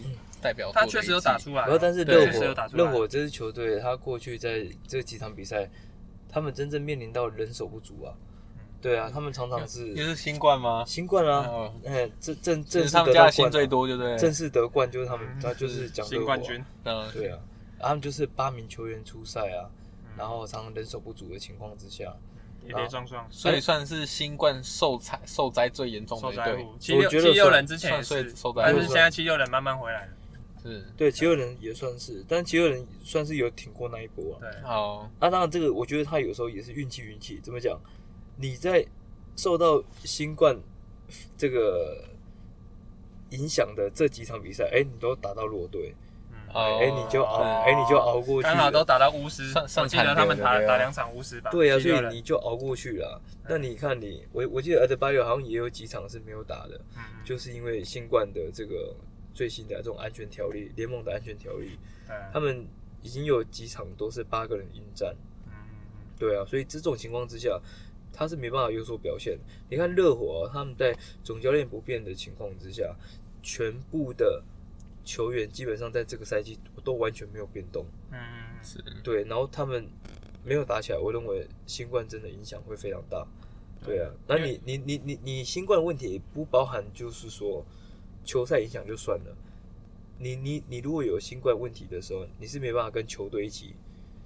B: 代表作
C: 嗯他
B: 的一季，
C: 确实有打出来，
A: 然后，但是
B: 对
A: 热
C: 确实有打
A: 火
C: 出来
A: 热火这支球队，他过去在这几场比赛，他们真正面临到人手不足啊。对啊，他们常常
B: 嗯就是是新冠吗？
A: 新冠啊，
B: 哦，
A: 哎，正正
B: 就
A: 正
B: 是
A: 式
B: 他们
A: 得
B: 家
A: 到
B: 的薪
A: 冠
B: 最
A: 啊，
B: 多，对不对？
A: 正式得冠就是他们，
C: 嗯
A: 他就是讲热
C: 新
A: 火
C: 冠
A: 啊
C: 军，
B: 嗯，
A: 对啊，啊他们就是八名球员出赛啊，然后常常人手不足的情况之下，
C: 跌跌撞撞，
B: 所以算是新冠受灾受灾最严重的
C: 受
B: 一
C: 灾
B: 队，
C: 户。七六
A: 觉得
C: 七六
A: 算
C: 人之前也
B: 算
C: 是
B: 是受，灾
C: 但
A: 户
C: 是现在七六人慢慢回来了。
B: 是
A: 对，奇尔人也算是，但奇尔人算是有挺过那一波啊。
C: 对，
B: 好，
A: 啊，当然这个我觉得他有时候也是运气运气。怎么讲？你在受到新冠这个影响的这几场比赛，哎、你都打到弱队，
C: 嗯，
A: 哎、
B: 哦
A: 你就熬，
B: 对
A: 哎、你就熬过去
C: 哦刚好都
A: 了。
C: 打到巫师，
B: 上上
C: 我记得
B: 场
C: 他们
B: 流
C: 打
B: 流
C: 打两场巫师吧。
A: 对啊，
C: 七
A: 所
C: 六
A: 以
C: 人
A: 你就熬过去了啊。
C: 嗯
A: 那你看你，我我记得 a d b a y o 好像也有几场是没有打的，
C: 嗯
A: 就是因为新冠的这个最新的这种安全条例，联盟的安全条例，
C: 对
A: 他们已经有几场都是八个人应战。
C: 嗯
A: 对啊，所以这种情况之下，他是没办法有所表现的。你看热火、啊，他们在总教练不变的情况之下，全部的球员基本上在这个赛季都完全没有变动。
C: 嗯
B: 是
A: 对，然后他们没有打起来，我认为新冠真的影响会非常大。对啊，那你你你你你新冠的问题也不包含就是说球赛影响就算了，你你你如果有新冠问题的时候，你是没办法跟球队一起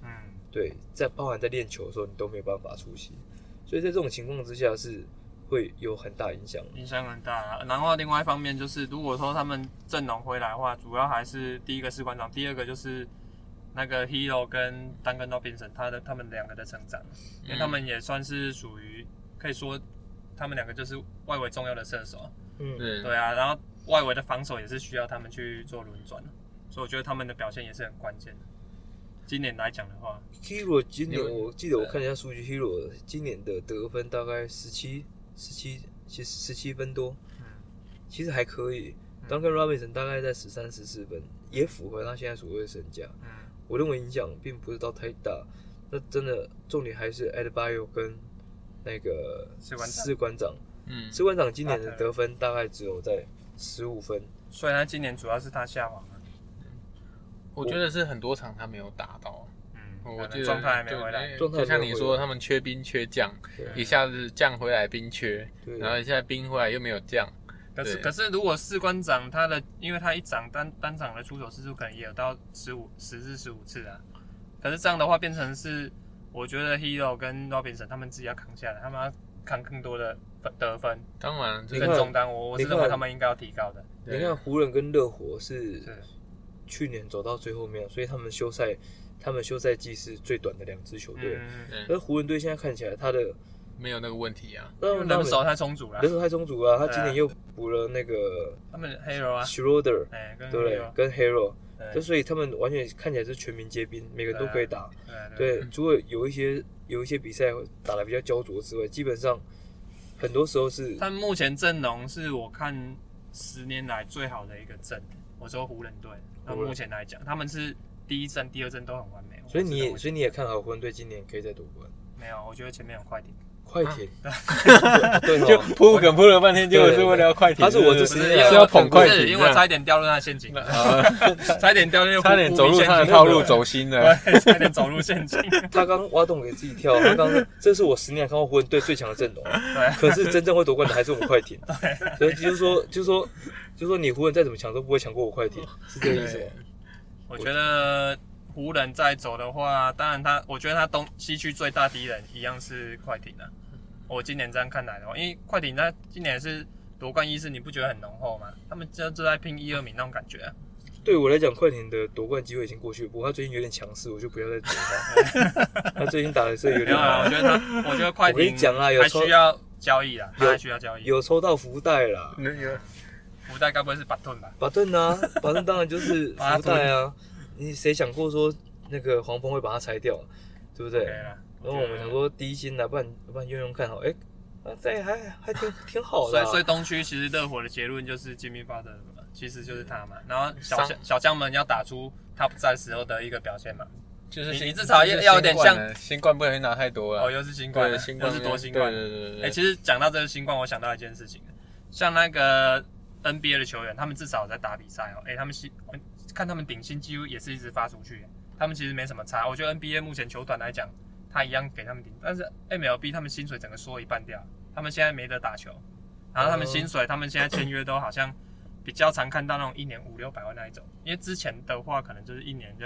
C: 嗯
A: 对，在包含在练球的时候，你都没有办法出席，所以在这种情况之下是会有很大影响。
C: 影响很大啊。然后另外一方面就是，如果说他们阵容回来的话，主要还是第一个是馆长，第二个就是那个 Hero 跟丹根 Robinson 他的他们两个的成长，因为他
B: 嗯
C: 们也算是属于可以说他们两个就是外围重要的射手，
A: 嗯，
B: 对
C: 对啊，然后外围的防守也是需要他们去做轮转的，所以我觉得他们的表现也是很关键的。今年来讲的话，
A: ，Hero 今年
B: 你有
A: 我记
C: 啊
A: 得我看一下数据，Hero 今年的得分大概十七、十七、其实十七分多，
C: 嗯，
A: 其实还可以。
C: 嗯
A: Duncan Robinson 大概在十三、十四分，也符合他现在所谓的身价。
B: 嗯
A: 我认为影响并不是到太大。那真的重点还是 Adbio 跟那个
C: 士官长
A: 士官长，
B: 嗯，
A: 士官长今年的
C: 大概
A: 得分大概只有在十五分，
C: 所以他今年主要是他下滑嘛，
B: 我觉得是很多场他没有打到，
C: 嗯，
B: 我觉
C: 可能
B: 得
C: 状态还没
B: 对
C: 回来，
B: 因为
A: 状态
B: 就像
A: 没有
B: 你
A: 回
B: 说，
A: 来
B: 他们缺兵缺将，
A: 对
B: 一下子降回来兵缺，
A: 对，
B: 然后一下兵回来又没有降，
C: 可是
B: 对
C: 可是如果士官长他的，因为他一掌单单掌的出手次数可能也有到十五十至十五次啊，可是这样的话变成是，我觉得 Hero 跟 Robinson 他们自己要扛下来，他们要扛更多的分得分
B: 当然这
A: 你
C: 跟
A: 看
B: 个
C: 中单，我我是
A: 你看
C: 认为他们应该要提高的，
A: 你看湖人跟热火是
C: 是
A: 去年走到最后面，所以他们休赛，他们休赛季是最短的两支球队。
C: 嗯，
B: 对
A: 而湖人队现在看起来他的
B: 没有那个问题啊，
A: 让
C: 人手太充足了
A: 人，手太充足了，他今
C: 对
A: 年
C: 啊
A: 又补了那个
C: 他们 Hero 啊，
A: Schroeder，
C: 哎，跟哎
A: 对不对
C: Hero，？
A: 跟 Hero，
C: 对
A: 就所以他们完全看起来是全民皆兵，每个人都可以打。
C: 对啊对，嗯
A: 对，除了有一些有一些比赛打得比较焦灼之外，基本上很多时候是
C: 但目前阵容是我看十年来最好的一个阵，我说湖人队，那
A: 湖人
C: 目前来讲，他们是第一阵、第二阵都很完美，
A: 所以你
C: 我
A: 也
C: 是
A: 所以你也看好湖人队今年可以再夺冠。
C: 没有，我觉得前面有快艇，
A: 快
C: 啊
A: 艇，对哦，
B: 铺梗铺了半天，
A: 结果是为了要
B: 快
A: 艇他是我这是
C: 不是
A: 是
C: 因为
A: 要
C: 我
A: 捧
B: 快
C: 不是
B: 艇
C: 因
B: 这
C: 为
B: 样
C: 差一点掉入他的陷阱， 差一点掉入，
B: 差点走入他的套路，走心 了。
C: 对，差一点走入陷阱，
A: 他刚挖洞给自己跳，他刚这是我十年来看过湖人队最强的阵容，可是真正会夺冠的还是我们快艇，所以就是说，就是说，就是说，你湖人再怎么强都不会强过我快艇，是这个意思吗？
C: 我觉得。湖人再走的话，当然他，我觉得他东西区最大敌人一样是快艇啊。我今年这样看来的话，因为快艇他今年是夺冠意识，你不觉得很浓厚吗？他们就就在拼一二名那种感觉啊。
A: 对我来讲，快艇的夺冠机会已经过去，不过他最近有点强势，我就不要再追他。他最近打的是有
C: 没
A: 点
C: 有啊，
A: 好
C: 我，觉得他，我觉得快
A: 我跟
C: 艇
A: 你讲啊有
C: 还
A: 抽
C: 需要交易啊，他
A: 有
C: 还需要交易。
A: 有抽到福袋啦，
C: 福袋该不会是巴顿吧？
A: 巴顿啊，巴顿当然就是
C: 巴
A: 福
C: 顿
A: 袋啊，你谁想过说那个黄蜂会把它拆掉，对不对？
C: 对啦，啊
A: 然后我们想说低薪啊，不然不然用用看好，哎、啊，这还还挺挺好
C: 所
A: 的
C: 以
A: 啊。
C: 所以东区其实热火的结论就是吉米巴特嘛，其实就是他嘛。然后小
B: 伤
C: 将小将们要打出他不在时候的一个表现嘛。
B: 就是
C: 你
B: 新
C: 你至少要
B: 就是
C: 要有点
B: 新冠了新冠不小心拿太多了，
C: 哦，又是新冠了，
B: 对新冠
C: 又是多新冠。
B: 对对对对
C: 哎、
B: 对，
C: 其实讲到这个新冠，我想到一件事情，像那个 NBA 的球员，他们至少有在打比赛哦。哎、他们薪看他们顶薪几乎也是一直发出去，他们其实没什么差。我觉得 NBA 目前球团来讲，他一样给他们顶，但是 MLB 他们薪水整个缩一半掉，他们现在没得打球，然后他们
A: 哦
C: 薪水，他们现在签约都好像比较常看到那种一年五六百万那一种，因为之前的话可能就是一年就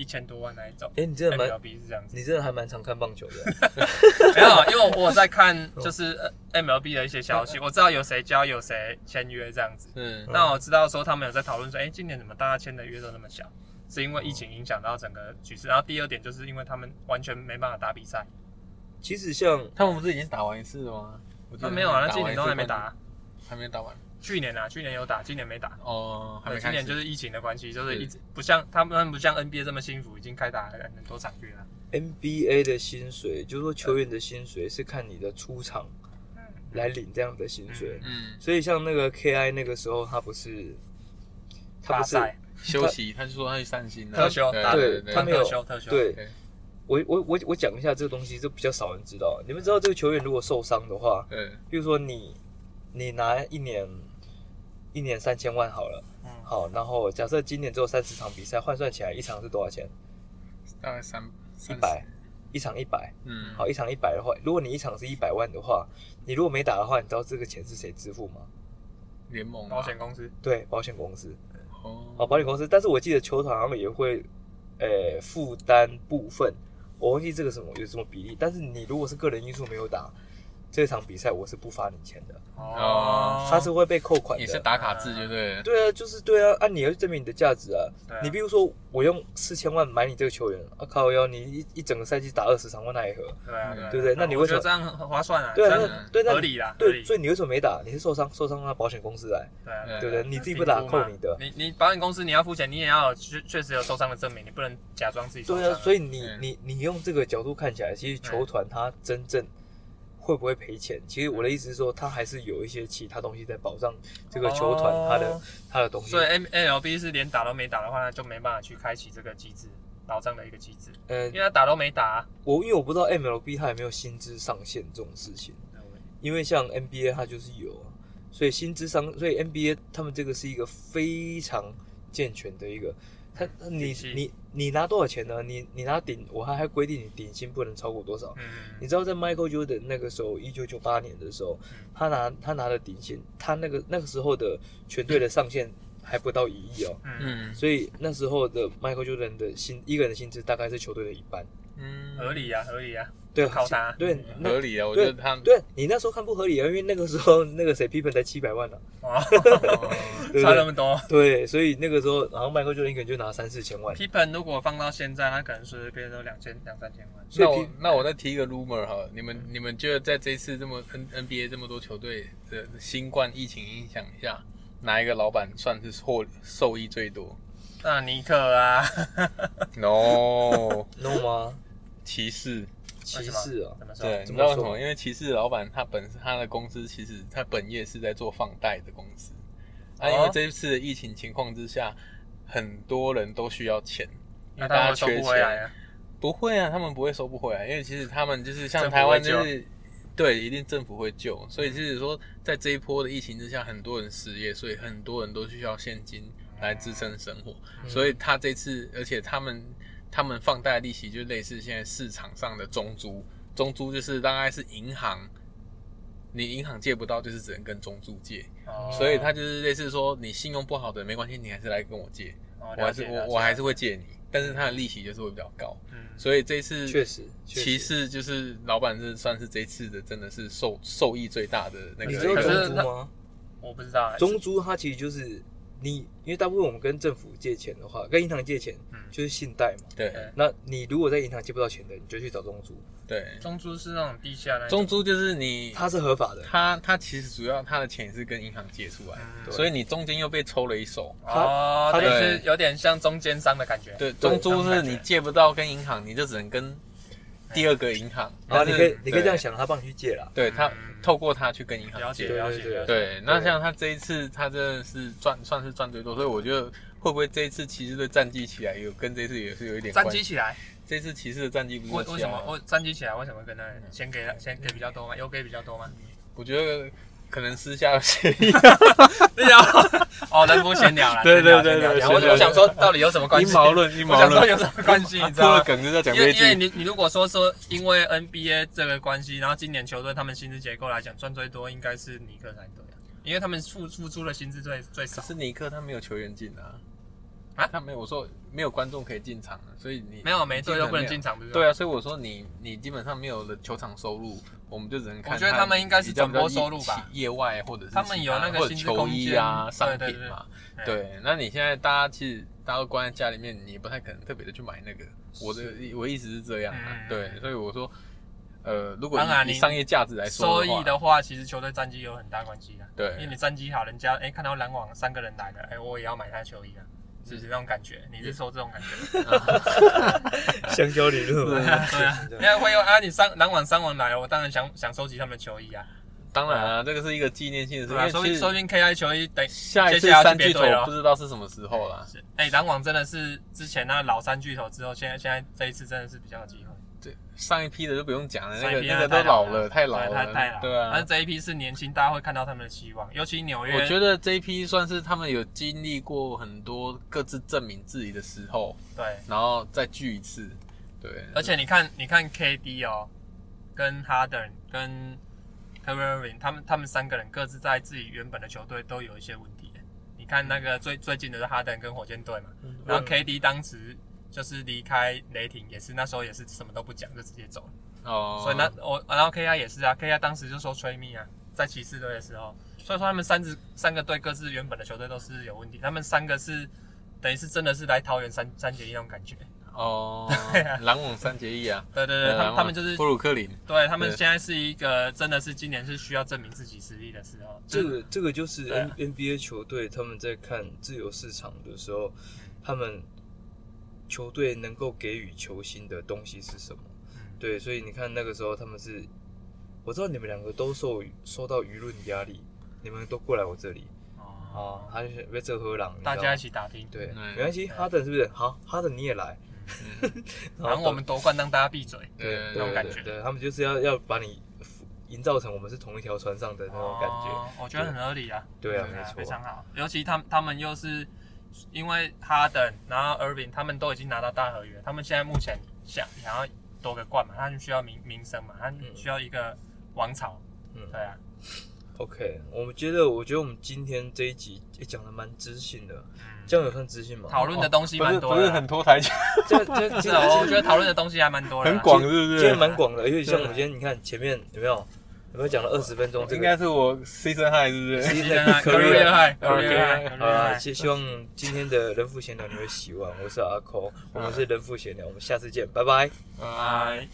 C: 一千多万那一种。
A: 哎，你真的蛮，
C: MLB 是这样子。
A: 你真的还蛮常看棒球的。啊
C: 没有，因为我 在看
A: 哦
C: 就是呃 MLB 的一些消
A: 嗯
C: 息，我知道有谁交，有谁签约这样子。
B: 嗯，
C: 那我知道说他们有在讨论说，哎、今年怎么大家签的约都那么小？是因为疫情影响到整个局势。然后第二点就是因为他们完全没办法打比赛，
A: 其实像
B: 他们不是已经打完一次了吗？我记
A: 嗯
C: 那、
B: 得
C: 没有啊，那
B: 他
C: 今
B: 们
C: 年
B: 完一
C: 都
B: 次
C: 还没打
B: 冠
C: 啊、
B: 军，还没打完
C: 去年啊，去年有打，今年没打。
B: 哦，还没
C: 对今
B: 开始
C: 年就是疫情的关系，就是
B: 对
C: 一直不像他们不像 NBA 这么幸福，已经开打很多场约了。
A: NBA 的薪水，就是说球员的薪水是看你的出场来领这样的薪水。
B: 嗯
A: 所以像那个 KI 那个时候，他不是，他
C: 大
A: 不是，
C: 赛
B: 休息，他就说他去散心了，
C: 特休
B: 对
C: 打
B: 对对
A: 他
C: 看
A: 没
B: 对，
A: 有
C: 特休特休，
A: 对
B: 对。
A: 我我我我讲一下这个东西，就比较少人知道。啊你们知道这个球员如果受伤的话，
B: 对
A: 比如说你你拿一年一年三千万好了，
C: 嗯，
A: 好，然后假设今年只有三十场比赛，换算起来一场是多少钱？
B: 大概三
A: 一
B: 三十
A: 百，一场一百。
B: 嗯，
A: 好，一场一百的话，如果你一场是一百万的话，你如果没打的话，你知道这个钱是谁支付吗？
B: 联盟啊
C: 保险公司
A: 对，保险公司。哦，
B: 哦，
A: 保险公司。但是我记得球团他们也会，呃，负担部分，我忘记这个什么有什么比例。但是你如果是个人因素没有打这场比赛，我是不发你钱的，
B: 哦
A: 他是会被扣款
B: 也是
A: 的。
B: 打卡制，就对了，
A: 对啊，就是对啊，按、你要去证明你的价值啊。
C: 对啊
A: 你比如说，我用四千万买你这个球员，啊靠腰，你一一整个赛季打二十场，我奈何？
C: 对啊对啊
A: 对不对那你
C: 我
A: 为什
C: 觉
A: 么
C: 得这样很划算啊？
A: 对啊，
C: 这样
A: 那对那
C: 合理啦，合
A: 对，
C: 理
A: 所以你为什么没打？你是受伤，受伤让保险公司来，
C: 对啊
B: 对
A: 对不对？你自己不打扣你的。
C: 你你保险公司你要付钱，你也要有确确实有受伤的证明，你不能假装自己受伤嗯
A: 对
C: 了。
A: 啊，所以你
B: 嗯
A: 你你用这个角度看起来，其实球团它真正会不会赔钱，其实我
C: 嗯
A: 的意思是说，它还是有一些其他东西在保障这个球团它的
C: 哦
A: 它的东西
C: 所。以 M L B 是连打都没打的话，那就没办法去开启这个机制，保障的一个机制，
A: 嗯
C: 因为，他打都没打、啊。
A: 我因为我不知道 MLB 它有没有薪资上限这种事情，因为像 NBA 它就是有啊，所以薪资上，所以 NBA 他们这个是一个非常健全的一个。他你
C: 体系
A: 你你拿多少钱呢？你你拿顶，我还还规定你顶薪不能超过多少。你
C: 嗯，
A: 知道在 Michael Jordan 那个时候，一九九八年的时候
C: 嗯，
A: 他拿他拿的顶薪，他那个那个时候的全队的上限还不到一亿哦，
C: 嗯
B: 嗯
A: 所以那时候的 Michael Jordan 的薪一个人的薪资大概是球队的一半，
B: 嗯，
C: 合理啊，合理啊，
A: 对，
C: 靠他
A: 对，那
B: 合理啊，我觉得他
A: 对你那时候看不合理啊，因为那个时候那个谁 Pippen 才七百万呢、啊
C: 哦，
B: 哦
A: 对不
C: 差那
A: 对？
C: 么多。
A: 对，所以那个时候，然后 Michael Jordan 一个人就拿三四千万，
C: Pippen 如果放到现在，他可能随随便便都两千两三千万。
A: 所
B: 那
A: 以
B: 我
A: P-
B: 那我再提一个 rumor 哈，你们你们觉得在这一次这么 N NBA 这么多球队的新冠疫情影响下，哪一个老板算是获受益 最多
C: 那尼克啊，
B: ？No，
A: no 吗？
B: 骑士。
A: 歧视啊，
C: 怎么说？
B: 对，
A: 怎
B: 你知
A: 么
B: 道为什
A: 说
B: 么？因为骑士老板他本他的公司其实他本业是在做放贷的公司，那、因为
C: 哦
B: 这一次的疫情情况之下，很多人都需要钱，因
C: 那
B: 为
C: 他
B: 大家
C: 们收
B: 缺
C: 不回来
B: 钱。
C: 啊。
B: 不会啊，他们不会收不回来，因为其实他们就是像
C: 政府
B: 台湾
C: 会
B: 就
C: 救
B: 是。对，一定政府会救，所以就是说，在这一波的疫情之下，很多人失业，所以很多人都需要现金来支撑生活。
A: 嗯
B: 所以他这次，而且他们他们放贷利息就类似现在市场上的中租，中租就是大概是银行，你银行借不到，就是只能跟中租借，
C: 哦
B: 所以他就是类似说，你信用不好的没关系，你还是来跟我借，
C: 哦
B: 我还
C: 了
B: 是
C: 解
B: 我
C: 了解
B: 我还是会借你，但是他的利息就是会比较高，
C: 嗯
B: 所以这次
A: 确实，确
B: 骑士就是老板是算是这次的真的是受受益最大的那
A: 你
B: 个
A: 知道
C: 可是
A: 种
B: 人，
A: 族
C: 那
A: 吗？
C: 我不知道欸。
A: 中租它其实就是你，因为大部分我们跟政府借钱的话，跟银行借钱
C: 嗯
A: 就是信贷嘛。
B: 对
C: 对
A: 那你如果在银行借不到钱的，你就去找中租，
C: 嗯
B: 对，
C: 中珠是那种地下那
B: 中
C: 种
B: 租就是你
A: 它是合法的。
B: 他他其实主要他的钱是跟银行借出来，
C: 嗯
A: 对
B: 所以你中间又被抽了一手。
C: 哦，
A: 他
C: 等于
B: 对
C: 是有点像中间商的感觉。
B: 对，中租
C: 那种
B: 是
C: 感觉
B: 你借不到跟银行，你就只能跟第二个银
C: 哦
B: 行，
A: 然后你可以
B: 但是
A: 你可以这样，想，他帮你去借啦。
B: 对对他
C: 嗯
B: 透过他去跟银行
C: 了
B: 借
C: 解
A: 对
C: 了解
A: 对
C: 了解。
B: 对，那像他这一次，他真的是赚，算是赚最多，所以我觉得会不会这一次骑士队战绩起来有跟这一次也是有一点
C: 战
B: 关
C: 机
B: 系？
C: 起来，
B: 这次骑士的战绩不是啊
C: 为
B: 起来
C: 为什么
B: 吗
C: 我战机起来？为什么跟那先给先给比较多吗？有给比较多吗？
B: 我觉得可能私 下有协议，
C: 对呀， 哦，人不闲聊了，
B: 对对
C: 闲聊
B: 对对
C: 闲聊我
B: 闲聊
C: 我想说到底有什么关
B: 阴
C: 系？
B: 谋论，阴
C: 我
B: 谋
C: 想说
B: 论，
C: 有什么关系，你知
B: 破
C: 道
B: 了
C: 吗？
B: 梗就在讲
C: 因
B: 这
C: 为
B: 一
C: 因为
B: 句。
C: 你你如果说说因为 NBA 这个关系，然后今年球队他们薪资结构来讲赚最多应该是尼克才对啊，因为他们付付出的薪资最最
B: 可
C: 少。
B: 是尼克他没有球员进啊，
C: 啊
B: 他没有，我说没有观众可以进场啊，所以你
C: 没有，每队都不能进
B: 场。
C: 场，不是？
B: 对，啊，所以我说你你基本上没有了球场收入，我们就只能看。
C: 我觉得他们应该是转播收入吧，
B: 业外或者是
C: 他们有那个
B: 其他或者
C: 薪资
B: 球衣啊、
C: 空间
B: 商
C: 对
B: 品
C: 对对
B: 嘛。对，那你现在大家其实大家都关在家里面，你也不太可能特别的去买那个。我的我的意思是这样啊，
C: 嗯
B: 对，所以我说，呃，如果
C: 当然
B: 以以
C: 你
B: 商业价值来说
C: 收
B: 的话
C: 益的话，其实球队战绩有很大关系的。因为
B: 对
C: 你战绩好，人家哎、看到篮网三个人来了，哎、我也要买他球衣啊，是不是那种感
B: 嗯
C: 觉？你是说这种感觉？
A: 香蕉理论嘛，
C: 对啊，因为会有啊，你三篮网三王来了，我当然想想收集他们的球衣啊，
B: 当然啊，这个是一个纪念性的事，
C: 对啊
B: 因为
C: 吧、说不
B: 其
C: 定
B: 实
C: 说不定 KI 球衣等
B: 下一
C: 接
B: 次
C: 下来要去
B: 三
C: 别
B: 巨头
C: 队了
B: 不知道是什么时候啊啦。
C: 是，哎、篮网真的是之前那老三巨头之后，现在现在这一次真的是比较有机会。
B: 对，上一批的就不用讲了，那
C: 上
B: 个
C: 一批
B: 那个
C: 太
B: 都老了，
C: 了，
B: 太老
C: 对太
B: 了，
C: 太老。
B: 对啊。
C: 但是这一批是年轻，大家会看到他们的希望，尤其纽约。
B: 我觉得这一批算是他们有经历过很多各自证明自己的时候，
C: 对，
B: 然后再聚一次。对，
C: 而且你看，你看 KD 哦，跟 Harden 跟 k a r i r i n 他们他们三个人各自在自己原本的球队都有一些问题。你看那
B: 嗯
C: 个最最近的是 Harden 跟火箭队嘛，然后 KD 当时就是离开雷霆，也是那时候也是什么都不讲就直接走了。
B: 哦，
C: 所以那我然后 KI 也是啊，KI 当时就说吹密啊，在骑士队的时候，所以说他们三支三个队各自原本的球队都是有问题，他们三个是等于是真的是来桃园三三结义那种感觉。
B: 哦，篮网三结义啊，
C: 对对对，他
B: 篮
C: 们
B: 网
C: 他们就是
B: 布鲁克林，
C: 对他们
B: 对
C: 现在是一个真的是今年是需要证明自己实力的时候。
A: 这
C: 就是
A: 个这个就是
C: 对啊
A: N NBA 球队他们在看自由市场的时候，他们球队能够给予球星的东西是什么？
C: 嗯
A: 对，所以你看那个时候他们是，我知道你们两个都受受到舆论压力，你们都过来我这里啊，
C: 哦，
A: 他就是被这喝狼，你知道
C: 大
A: 吗
C: 家一起打拼，
A: 对，
B: 嗯
A: 没关系，哈登是不是？好，哈登你也来，
C: 嗯 然后我们夺冠让大家闭嘴。
A: 对对
B: 呃
C: 那种感
A: 对
C: 觉
A: 对，他们就是要要把你营造成我们是同一条船上的那种感觉，
C: 哦，我觉得很合理啊。
A: 对啊，
C: 对
A: 没
C: 啊，非
A: 错
C: 常
A: 啊，
C: 好。尤其他们他们又是因为哈登，然后 Irving 他们都已经拿到大合约，他们现在目前想想要夺个冠嘛，他们需要名名声嘛，他们需要一个王朝。
A: 嗯
C: 对啊，
A: ，OK，我们觉得，我觉得我们今天这一集也讲的蛮知性的，这
C: 嗯，
A: 样有算知性吗？哦
C: 讨论的东西
B: 不是
C: 蛮
B: 不
C: 多
B: 是
C: 的
B: 很
C: 啦。
B: 脱台球，
A: 这这这
C: 是啊，我觉得
A: 这
C: 讨论的东西还蛮多的啦。啊
B: 很广，是不
A: 今天
B: 是？
A: 蛮广的，而且像我们今天你看前面有没有有没有讲了二十分钟？这
B: 应
A: 个
B: 该是我 season high 是不是？
A: 其
C: 其
A: 实
C: 实啊
A: 可以
C: ，career
B: OK
C: high，career high，career
A: 啊，
C: high。
A: 希希望今天的人父闲聊你会喜欢。我是阿空，我们是人父闲聊，我们下次见，拜拜。
B: 啊
C: 拜。